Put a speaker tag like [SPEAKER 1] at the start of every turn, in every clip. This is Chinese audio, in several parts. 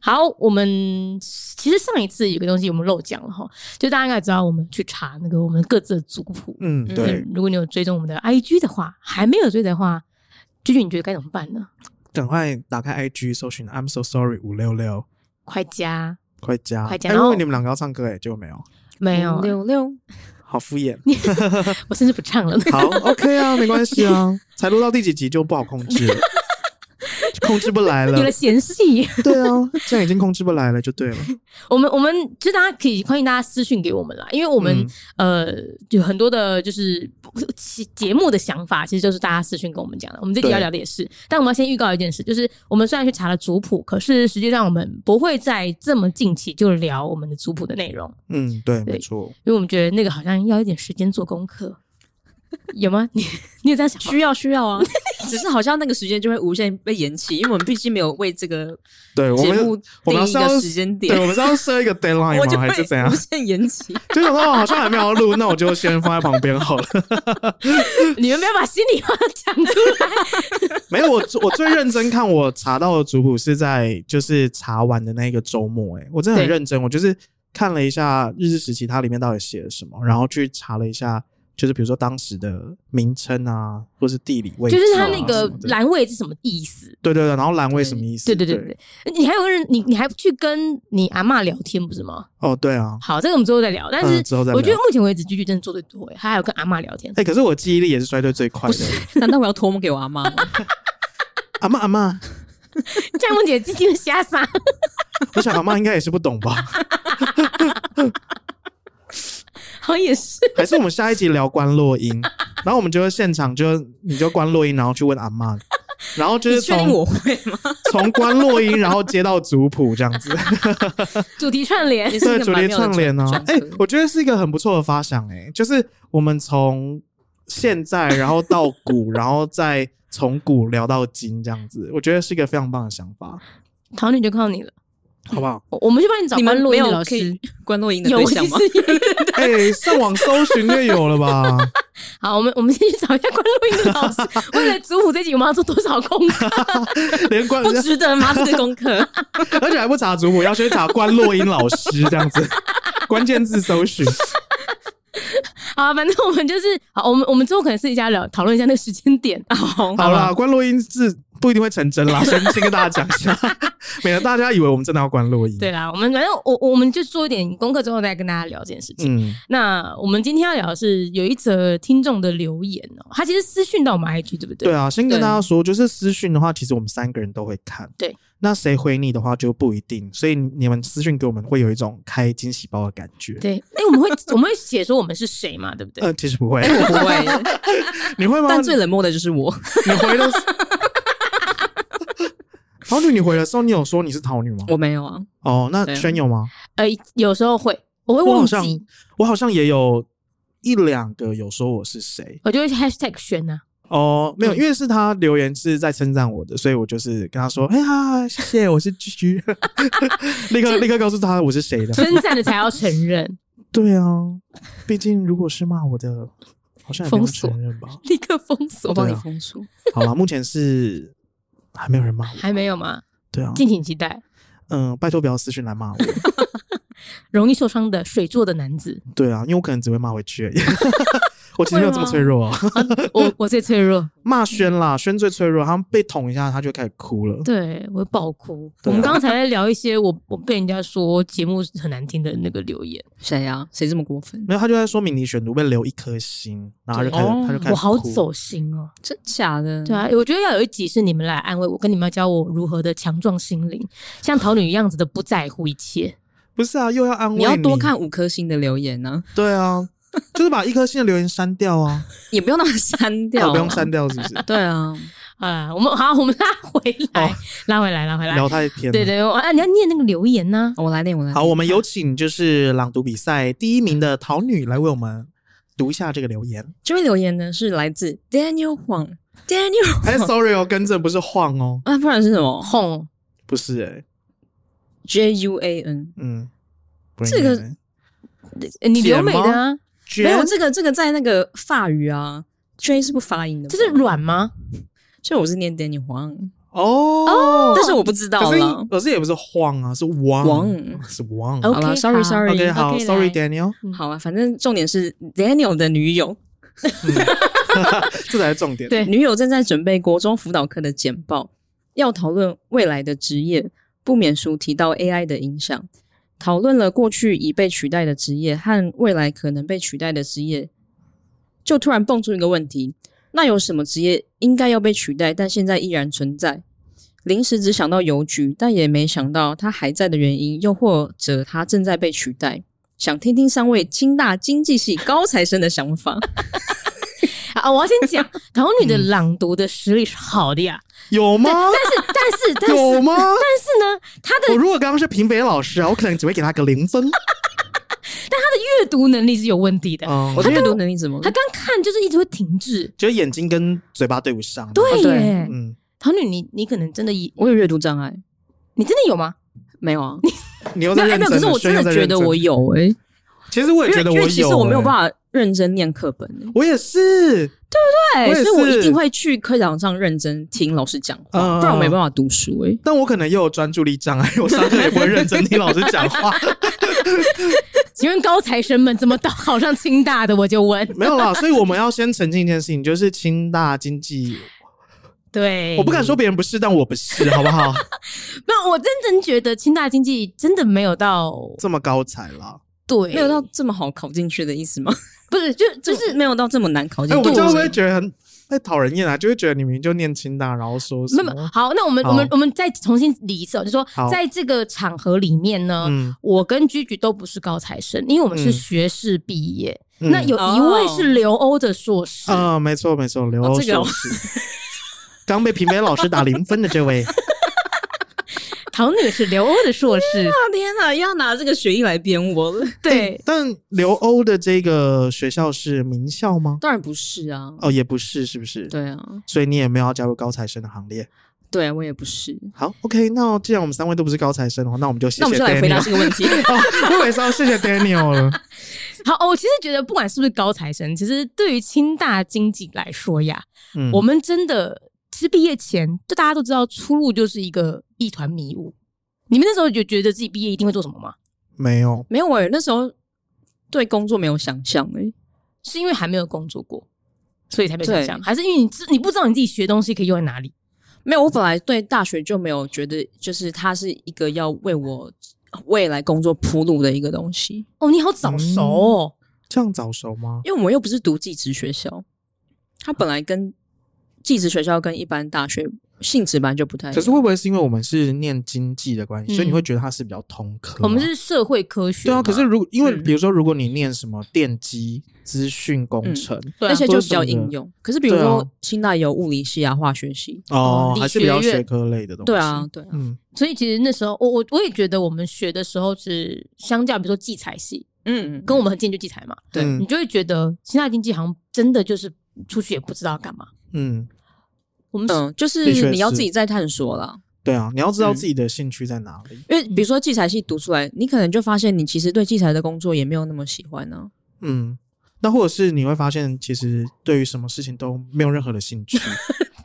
[SPEAKER 1] 好，我们其实上一次有个东西我们漏讲了哈，就大家应该知道我们去查那个我们各自的族谱。
[SPEAKER 2] 嗯，
[SPEAKER 3] 嗯
[SPEAKER 2] 对，
[SPEAKER 1] 如果你有追踪我们的 IG 的话，还没有追的话，究竟你觉得该怎么办呢？
[SPEAKER 2] 赶快打开 IG 搜寻 I'm so sorry 五六六，
[SPEAKER 1] 快加
[SPEAKER 2] 快加，
[SPEAKER 1] 快加
[SPEAKER 2] 哎
[SPEAKER 1] 然
[SPEAKER 2] 我以
[SPEAKER 1] 后
[SPEAKER 2] 为你们两个要唱歌哎，结果没有，
[SPEAKER 1] 没有？啊
[SPEAKER 3] 六六，
[SPEAKER 2] 好敷衍。
[SPEAKER 1] 我甚至不唱了。
[SPEAKER 2] 好，OK 啊，没关系啊，才录到第几集就不好控制 了，控制不来
[SPEAKER 1] 有了
[SPEAKER 2] 了。
[SPEAKER 1] 嫌隙，
[SPEAKER 2] 对啊，这样已经控制不来了，就对了。
[SPEAKER 1] 我们我们其实大家可以欢迎大家私讯给我们啦，因为我们、
[SPEAKER 2] 嗯
[SPEAKER 1] 呃有很多的就是其节目的想法，其实就是大家私讯跟我们讲的。我们这集
[SPEAKER 2] 对
[SPEAKER 1] 要聊的也是，但我们要先预告一件事，就是我们虽然去查了族谱，可是实际上我们不会在这么近期就聊我们的族谱的内容，
[SPEAKER 2] 嗯，对，
[SPEAKER 1] 对
[SPEAKER 2] 没错。
[SPEAKER 1] 因为我们觉得那个好像要一点时间做功 课，有吗？你你有这样想吗？
[SPEAKER 3] 需要需要啊，只是好像那个时间就会无限被延期，因为我们毕竟没有为这个
[SPEAKER 2] 对我
[SPEAKER 3] 节目
[SPEAKER 2] 们，我们要
[SPEAKER 3] 定一
[SPEAKER 2] 是要
[SPEAKER 3] 个时间点
[SPEAKER 2] 对，，我们是要设一个 deadline
[SPEAKER 3] 我就
[SPEAKER 2] 吗？还是怎
[SPEAKER 3] 会
[SPEAKER 2] 样
[SPEAKER 3] 无？限延期。
[SPEAKER 2] 就想说哦好像还没有录，那我就先放在旁边好了。
[SPEAKER 1] 你们不要把心里话讲出来。
[SPEAKER 2] 没有，我我最认真看我查到的族谱是在就是查完的那个周末、欸，我真的很
[SPEAKER 1] 对
[SPEAKER 2] 认真，我就是看了一下日治时期它里面到底写了什么，然后去查了一下，就是比如说当时的名称啊，或是地理位置、
[SPEAKER 1] 就
[SPEAKER 2] 啊，
[SPEAKER 1] 是他那
[SPEAKER 2] 什
[SPEAKER 1] 个
[SPEAKER 2] 么的
[SPEAKER 1] 栏位是什么意思？
[SPEAKER 2] 对对对，然后栏位什么意思？
[SPEAKER 1] 对对对对，对你还有个人，你你还去跟你阿嬷聊天不是吗？
[SPEAKER 2] 哦对啊，
[SPEAKER 1] 好，这个我们之后再聊。但是
[SPEAKER 2] 嗯之后再聊
[SPEAKER 1] 我觉得目前为止，居居真的做的多欸，他还有跟阿嬷聊天。
[SPEAKER 2] 哎、可是我记忆力也是衰退最快的，
[SPEAKER 3] 难道我要托梦给我阿妈吗？
[SPEAKER 2] 阿妈阿妈，
[SPEAKER 1] 詹梦姐今天瞎撒，
[SPEAKER 2] 我想阿妈应该也是不懂吧？
[SPEAKER 1] 好像也是。
[SPEAKER 2] 还是我们下一集聊关落音，然后我们就现场就你就关落音，然后去问阿妈，然后就
[SPEAKER 3] 你
[SPEAKER 2] 是
[SPEAKER 3] 确定
[SPEAKER 2] 从
[SPEAKER 3] 我会吗？
[SPEAKER 2] 从关落音，然后接到族谱这样子，
[SPEAKER 1] 主题串联
[SPEAKER 3] 也，是一
[SPEAKER 2] 对，
[SPEAKER 3] 个
[SPEAKER 2] 主
[SPEAKER 3] 蛮
[SPEAKER 2] 题
[SPEAKER 3] 妙的
[SPEAKER 2] 串联呢、
[SPEAKER 3] 转
[SPEAKER 2] 哎、
[SPEAKER 3] 转折
[SPEAKER 2] 我觉得是一个很不错的发想、哎，就是我们从现在，然后到古，然后再从古聊到今这样子，我觉得是一个非常棒的想法，
[SPEAKER 1] 桃女就靠你了，
[SPEAKER 2] 好不好？
[SPEAKER 1] 我我们去帮你找
[SPEAKER 3] 你们
[SPEAKER 1] 关录
[SPEAKER 3] 没
[SPEAKER 1] 音的
[SPEAKER 3] 有
[SPEAKER 1] 老
[SPEAKER 3] 可以
[SPEAKER 1] 师。
[SPEAKER 3] 关洛英的
[SPEAKER 1] 有
[SPEAKER 3] 对
[SPEAKER 1] 其
[SPEAKER 3] 象吗？
[SPEAKER 1] 实有
[SPEAKER 2] 哎、上网搜寻就有了 吧？
[SPEAKER 1] 好，我们我们先去找一下关录音的老 师。为了族谱这集，我们要做多少功课？
[SPEAKER 2] 连关，
[SPEAKER 3] 不值得吗？这个功课
[SPEAKER 2] 而且还不查族谱，要先查关落音老师这样 子，关键字搜寻。
[SPEAKER 1] 好，反正我们就是好，我们我们之后可能私底下聊讨论一下那个时间点。
[SPEAKER 3] 好
[SPEAKER 2] 好啦，关录音是不一定会成真 啦，先先跟大家讲一下， 免得大家以为我们真的要关录音。
[SPEAKER 1] 对，啦，我们反正我我们就做一点功课之后再跟大家聊这件事情。
[SPEAKER 2] 嗯，
[SPEAKER 1] 那我们今天要聊的是有一则听众的留言哦、他其实私讯到我们 IG 对不对？
[SPEAKER 2] 对啊，先跟大家说，就是私讯的话，其实我们三个人都会看。
[SPEAKER 1] 对，
[SPEAKER 2] 那谁回你的话就不一定，所以你们私讯给我们会有一种开惊喜包的感觉。
[SPEAKER 1] 对，哎、我们会 我们会写说我们是谁嘛，对不对？
[SPEAKER 2] 呃，其实不会，
[SPEAKER 3] 哎我不会，
[SPEAKER 2] 你会吗？
[SPEAKER 3] 但最冷漠的就是我。
[SPEAKER 2] 你回的， 桃女，你回的时候，你有说你是桃女吗？
[SPEAKER 3] 我没有啊，
[SPEAKER 2] 哦，那
[SPEAKER 3] 对啊
[SPEAKER 2] 轩有吗？
[SPEAKER 1] 呃，有时候会，我会
[SPEAKER 2] 我
[SPEAKER 1] 忘
[SPEAKER 2] 好
[SPEAKER 1] 记，
[SPEAKER 2] 像
[SPEAKER 1] 我
[SPEAKER 2] 我好像也有一两个有说我是谁，
[SPEAKER 1] 就会 hashtag 选呐、
[SPEAKER 2] 哦，没有，
[SPEAKER 1] 嗯
[SPEAKER 2] 因为是他留言是在称赞我的，所以我就是跟他说：“哎呀，谢谢，我是居居。” 立刻立刻告诉他我是谁的。
[SPEAKER 1] 称赞的才要承 认，
[SPEAKER 2] 对啊，毕竟如果是骂我的，好像也没
[SPEAKER 1] 封
[SPEAKER 2] 有
[SPEAKER 1] 锁
[SPEAKER 2] 承认吧。
[SPEAKER 1] 立刻封锁
[SPEAKER 3] 我。帮
[SPEAKER 2] 对
[SPEAKER 3] 你
[SPEAKER 2] 啊
[SPEAKER 3] 封锁。
[SPEAKER 2] 好啦，目前是还没有人骂我。
[SPEAKER 1] 还没有吗？
[SPEAKER 2] 对啊，
[SPEAKER 1] 敬请期待。
[SPEAKER 2] 嗯、拜托不要私讯来骂我。
[SPEAKER 1] 容易受伤的水做的男 子，
[SPEAKER 2] 对啊，因为我可能只会骂回去而已。 我其实没有这么脆弱、啊，
[SPEAKER 1] 我我最脆弱，
[SPEAKER 2] 骂轩啦，轩最脆弱，他被捅一下他就开始哭了。
[SPEAKER 1] 对我会爆哭。我
[SPEAKER 2] 对啊
[SPEAKER 1] 们刚刚才在聊一些我我被人家说节目很难听的那个留言，
[SPEAKER 3] 谁呀？谁这么过分？
[SPEAKER 2] 没有，他就在说明你选读被留一颗心，然后他就开始、
[SPEAKER 3] 对
[SPEAKER 2] 他就开
[SPEAKER 1] 哦
[SPEAKER 2] 始
[SPEAKER 1] 我好
[SPEAKER 2] 哭
[SPEAKER 1] 走心哦。
[SPEAKER 3] 真假的？
[SPEAKER 1] 对啊，我觉得要有一集是你们来安慰我，跟你们要教我如何的强壮心灵，像桃女一样子的不在乎一切。
[SPEAKER 2] 不是啊，又要安慰
[SPEAKER 3] 你要多看五颗星的留言呢，
[SPEAKER 2] 对啊，就是把一颗星的留言删掉啊，
[SPEAKER 3] 也不用那么删掉
[SPEAKER 2] 哦
[SPEAKER 3] 啊，
[SPEAKER 2] 不用删掉是不是？
[SPEAKER 3] 对啊，
[SPEAKER 1] 啊，我们好，我们拉回来，
[SPEAKER 2] 哦
[SPEAKER 1] 拉回 来，拉回来。
[SPEAKER 2] 聊太偏了。
[SPEAKER 1] 对对，我啊，你要念那个留言呢、
[SPEAKER 3] 哦我来念，我来
[SPEAKER 2] 好，
[SPEAKER 3] 念
[SPEAKER 2] 我们有请就是朗读比赛第一
[SPEAKER 3] 嗯
[SPEAKER 2] 名的桃女来为我们读一下这个留言。
[SPEAKER 3] 这位留言呢是来自 Daniel Huang。Daniel
[SPEAKER 2] 哎，sorry 哦，跟着不是晃哦，
[SPEAKER 3] 啊，不然是什么
[SPEAKER 1] 哄，
[SPEAKER 2] 不是哎，
[SPEAKER 3] ？J U A N。
[SPEAKER 2] 嗯，不
[SPEAKER 3] 这个
[SPEAKER 1] 呃你留美的
[SPEAKER 2] 剪
[SPEAKER 1] 啊，
[SPEAKER 3] 没有
[SPEAKER 2] 卷
[SPEAKER 3] 这个，这个在那个法语啊，J 是不发音的嘛，
[SPEAKER 1] 这是软吗？
[SPEAKER 3] 所以我是念 Daniel Huang。
[SPEAKER 2] 哦，
[SPEAKER 3] 但是我不知道
[SPEAKER 2] 可是
[SPEAKER 3] 了。
[SPEAKER 2] 可是也不是晃啊，是汪，
[SPEAKER 3] 汪
[SPEAKER 2] 是汪。
[SPEAKER 1] 哦
[SPEAKER 3] 好了
[SPEAKER 1] OK，
[SPEAKER 3] ，sorry
[SPEAKER 1] 好
[SPEAKER 3] sorry，
[SPEAKER 2] OK，好
[SPEAKER 1] OK，
[SPEAKER 2] ，Sorry
[SPEAKER 1] 来
[SPEAKER 2] Daniel，
[SPEAKER 3] 好啊，反正重点是 Daniel 的女友，
[SPEAKER 2] 这才是重点。
[SPEAKER 1] 对
[SPEAKER 3] 女友正在准备国中辅导课的简报，要讨论未来的职业，不免俗提到 AI 的影响，讨论了过去已被取代的职业和未来可能被取代的职业，就突然蹦出一个问题：那有什么职业应该要被取代，但现在依然存在？临时只想到邮局，但也没想到它还在的原因，又或者它正在被取代。想听听三位清大经济系高材生的想法。
[SPEAKER 1] 啊，我要先 讲，桃女的朗读的实力是好的呀，
[SPEAKER 2] 有吗？
[SPEAKER 1] 但是但 是
[SPEAKER 2] 有吗？
[SPEAKER 1] 但是呢，她的
[SPEAKER 2] 我如果刚刚是评委老师啊，我可能只会给他个零 分。
[SPEAKER 1] 阅读能力是有问题的。
[SPEAKER 2] 嗯，
[SPEAKER 3] 我的阅读能力怎么了
[SPEAKER 1] 她？刚看就是一直会停滞，
[SPEAKER 2] 觉得眼睛跟嘴巴对不上。
[SPEAKER 1] 对
[SPEAKER 3] 对
[SPEAKER 1] 耶，
[SPEAKER 2] 嗯，
[SPEAKER 1] 桃女你你可能真的以
[SPEAKER 3] 我有阅读障碍，
[SPEAKER 1] 你真的有吗？
[SPEAKER 3] 没有啊？
[SPEAKER 2] 你又
[SPEAKER 3] 没
[SPEAKER 2] 在
[SPEAKER 3] 有，哎
[SPEAKER 2] 认
[SPEAKER 3] 没
[SPEAKER 2] 真了。
[SPEAKER 3] 有。可是我真
[SPEAKER 2] 轩又在
[SPEAKER 3] 的觉
[SPEAKER 2] 认
[SPEAKER 3] 得
[SPEAKER 2] 真
[SPEAKER 3] 我，有哎、
[SPEAKER 2] 其实我也
[SPEAKER 3] 因
[SPEAKER 2] 觉
[SPEAKER 3] 为
[SPEAKER 2] 得我
[SPEAKER 3] 因
[SPEAKER 2] 有。
[SPEAKER 3] 为其实我没有
[SPEAKER 2] 欸，
[SPEAKER 3] 办法认真念课本、欸，
[SPEAKER 2] 我也是。我
[SPEAKER 3] 对，
[SPEAKER 2] 也
[SPEAKER 3] 所以我
[SPEAKER 2] 是
[SPEAKER 3] 一定会去课堂上认真听老师讲
[SPEAKER 2] 嗯
[SPEAKER 3] 话，不然我没办法读书哎、
[SPEAKER 2] 但我可能又有专注力障碍， 我上课也不会认真听老师讲话。
[SPEAKER 1] 请问高材生们怎么到考上清大的？我就问，
[SPEAKER 2] 没有啦，所以我们要先澄清一件事情，就是清大经济，
[SPEAKER 1] 对，
[SPEAKER 2] 我不敢说别人不是，但我不 是，好不好？
[SPEAKER 1] 那我真真觉得清大经济真的没有到
[SPEAKER 2] 这么高才啦。
[SPEAKER 1] 对，
[SPEAKER 3] 没有到这么好考进去的 意思吗？
[SPEAKER 1] 不是就就
[SPEAKER 3] 就是是没有到这么难考
[SPEAKER 2] 哎、
[SPEAKER 3] 进
[SPEAKER 2] 我
[SPEAKER 3] 去。
[SPEAKER 2] 们就会不会觉得很太讨人厌啊？就会觉得你明明就念清大，然后说什
[SPEAKER 1] 没有没有
[SPEAKER 2] 么？
[SPEAKER 1] 好，那我们
[SPEAKER 2] 好
[SPEAKER 1] 我们我们再重新理一次哦，就说
[SPEAKER 2] 好
[SPEAKER 1] 在这个场合里面呢，
[SPEAKER 2] 嗯，
[SPEAKER 3] 哦
[SPEAKER 1] 我跟居居都不是高材生，因为我们是
[SPEAKER 2] 嗯
[SPEAKER 1] 学士毕业，
[SPEAKER 2] 嗯
[SPEAKER 1] 那有一位是留欧的硕士。
[SPEAKER 2] 啊、没错没错，刘
[SPEAKER 3] 哦
[SPEAKER 2] 欧
[SPEAKER 3] 这个
[SPEAKER 2] 硕
[SPEAKER 3] 哦
[SPEAKER 2] 士，刚被评委老师打零分的这 位，
[SPEAKER 1] 唐女是留欧的硕士，
[SPEAKER 3] 啊天哪，又要拿这个学历来编我了？
[SPEAKER 1] 对，
[SPEAKER 2] 但留欧的这个学校是名校吗？
[SPEAKER 3] 当然不是啊，
[SPEAKER 2] 哦，也不是，是不是？，
[SPEAKER 3] 对啊，
[SPEAKER 2] 所以你也没有要加入高材生的行列。
[SPEAKER 3] 对啊我也不是。
[SPEAKER 2] 好，OK，那既然我们三位都不是高材生的话，那我们就谢谢
[SPEAKER 3] 那我们就来回答
[SPEAKER 2] Daniel
[SPEAKER 3] 这个问题。
[SPEAKER 2] 哦，我以为是要谢谢 Daniel 了。
[SPEAKER 1] 好，哦我其实觉得不管是不是高材生，其实对于清大经济来说呀，
[SPEAKER 2] 嗯，
[SPEAKER 1] 我们真的其实毕业前就大家都知道出路就是一个一团迷雾。你们那时候就觉得自己毕业一定会做什么吗？
[SPEAKER 2] 没有，
[SPEAKER 3] 没有哎、那时候对工作没有想象哎、
[SPEAKER 1] 是因为还没有工作过，所以才没有想
[SPEAKER 3] 对
[SPEAKER 1] 象，还是因为你知你不知道你自己学东西可以用在哪里？
[SPEAKER 3] 没有，我本来对大学就没有觉得，就是它是一个要为我未来工作铺路的一个东西，
[SPEAKER 1] 哦，你好早熟哦。
[SPEAKER 2] 这样早熟吗？
[SPEAKER 3] 因为我们又不是读技职学校，它本来跟技职学校跟一般大学性质本来就不太一样。
[SPEAKER 2] 可是会不会是因为我们是念经济的关系，所以你
[SPEAKER 1] 嗯
[SPEAKER 2] 会觉得它是比较通科吗？啊
[SPEAKER 1] 我们是社会科学
[SPEAKER 2] 对
[SPEAKER 1] 嘛，
[SPEAKER 2] 啊，可是如因为
[SPEAKER 3] 嗯
[SPEAKER 2] 比如说，如果你念什么电机、资讯工程，
[SPEAKER 1] 对啊
[SPEAKER 3] 那些就比较
[SPEAKER 2] 都是什么
[SPEAKER 3] 应用。可是比如
[SPEAKER 2] 对啊
[SPEAKER 3] 说清大有物理系啊、化学系，
[SPEAKER 1] 哦
[SPEAKER 2] 哦，
[SPEAKER 1] 理
[SPEAKER 2] 还是比较
[SPEAKER 1] 学院
[SPEAKER 2] 学科类的东西。
[SPEAKER 3] 对啊，，对啊，
[SPEAKER 2] 嗯，
[SPEAKER 1] 所以其实那时候我我我也觉得我们学的时候是相较，比如说技材系，
[SPEAKER 3] 嗯，
[SPEAKER 1] 跟我们很近就技材嘛，
[SPEAKER 3] 对
[SPEAKER 1] 你
[SPEAKER 2] 嗯
[SPEAKER 1] 就会觉得清大经济好像真的就是出去也不知道干嘛。
[SPEAKER 2] 嗯，
[SPEAKER 1] 我们是
[SPEAKER 3] 嗯，就
[SPEAKER 2] 的确是
[SPEAKER 3] 是你要自己再探索啦。
[SPEAKER 2] 对啊，你要知道自己的兴趣在哪里。
[SPEAKER 3] 因为比如说技材系读出来，你可能就发现你其实对技材的工作也没有那么喜欢啊呢、
[SPEAKER 2] 嗯，那或者是你会发现，其实对于什么事情都没有任何的兴 趣。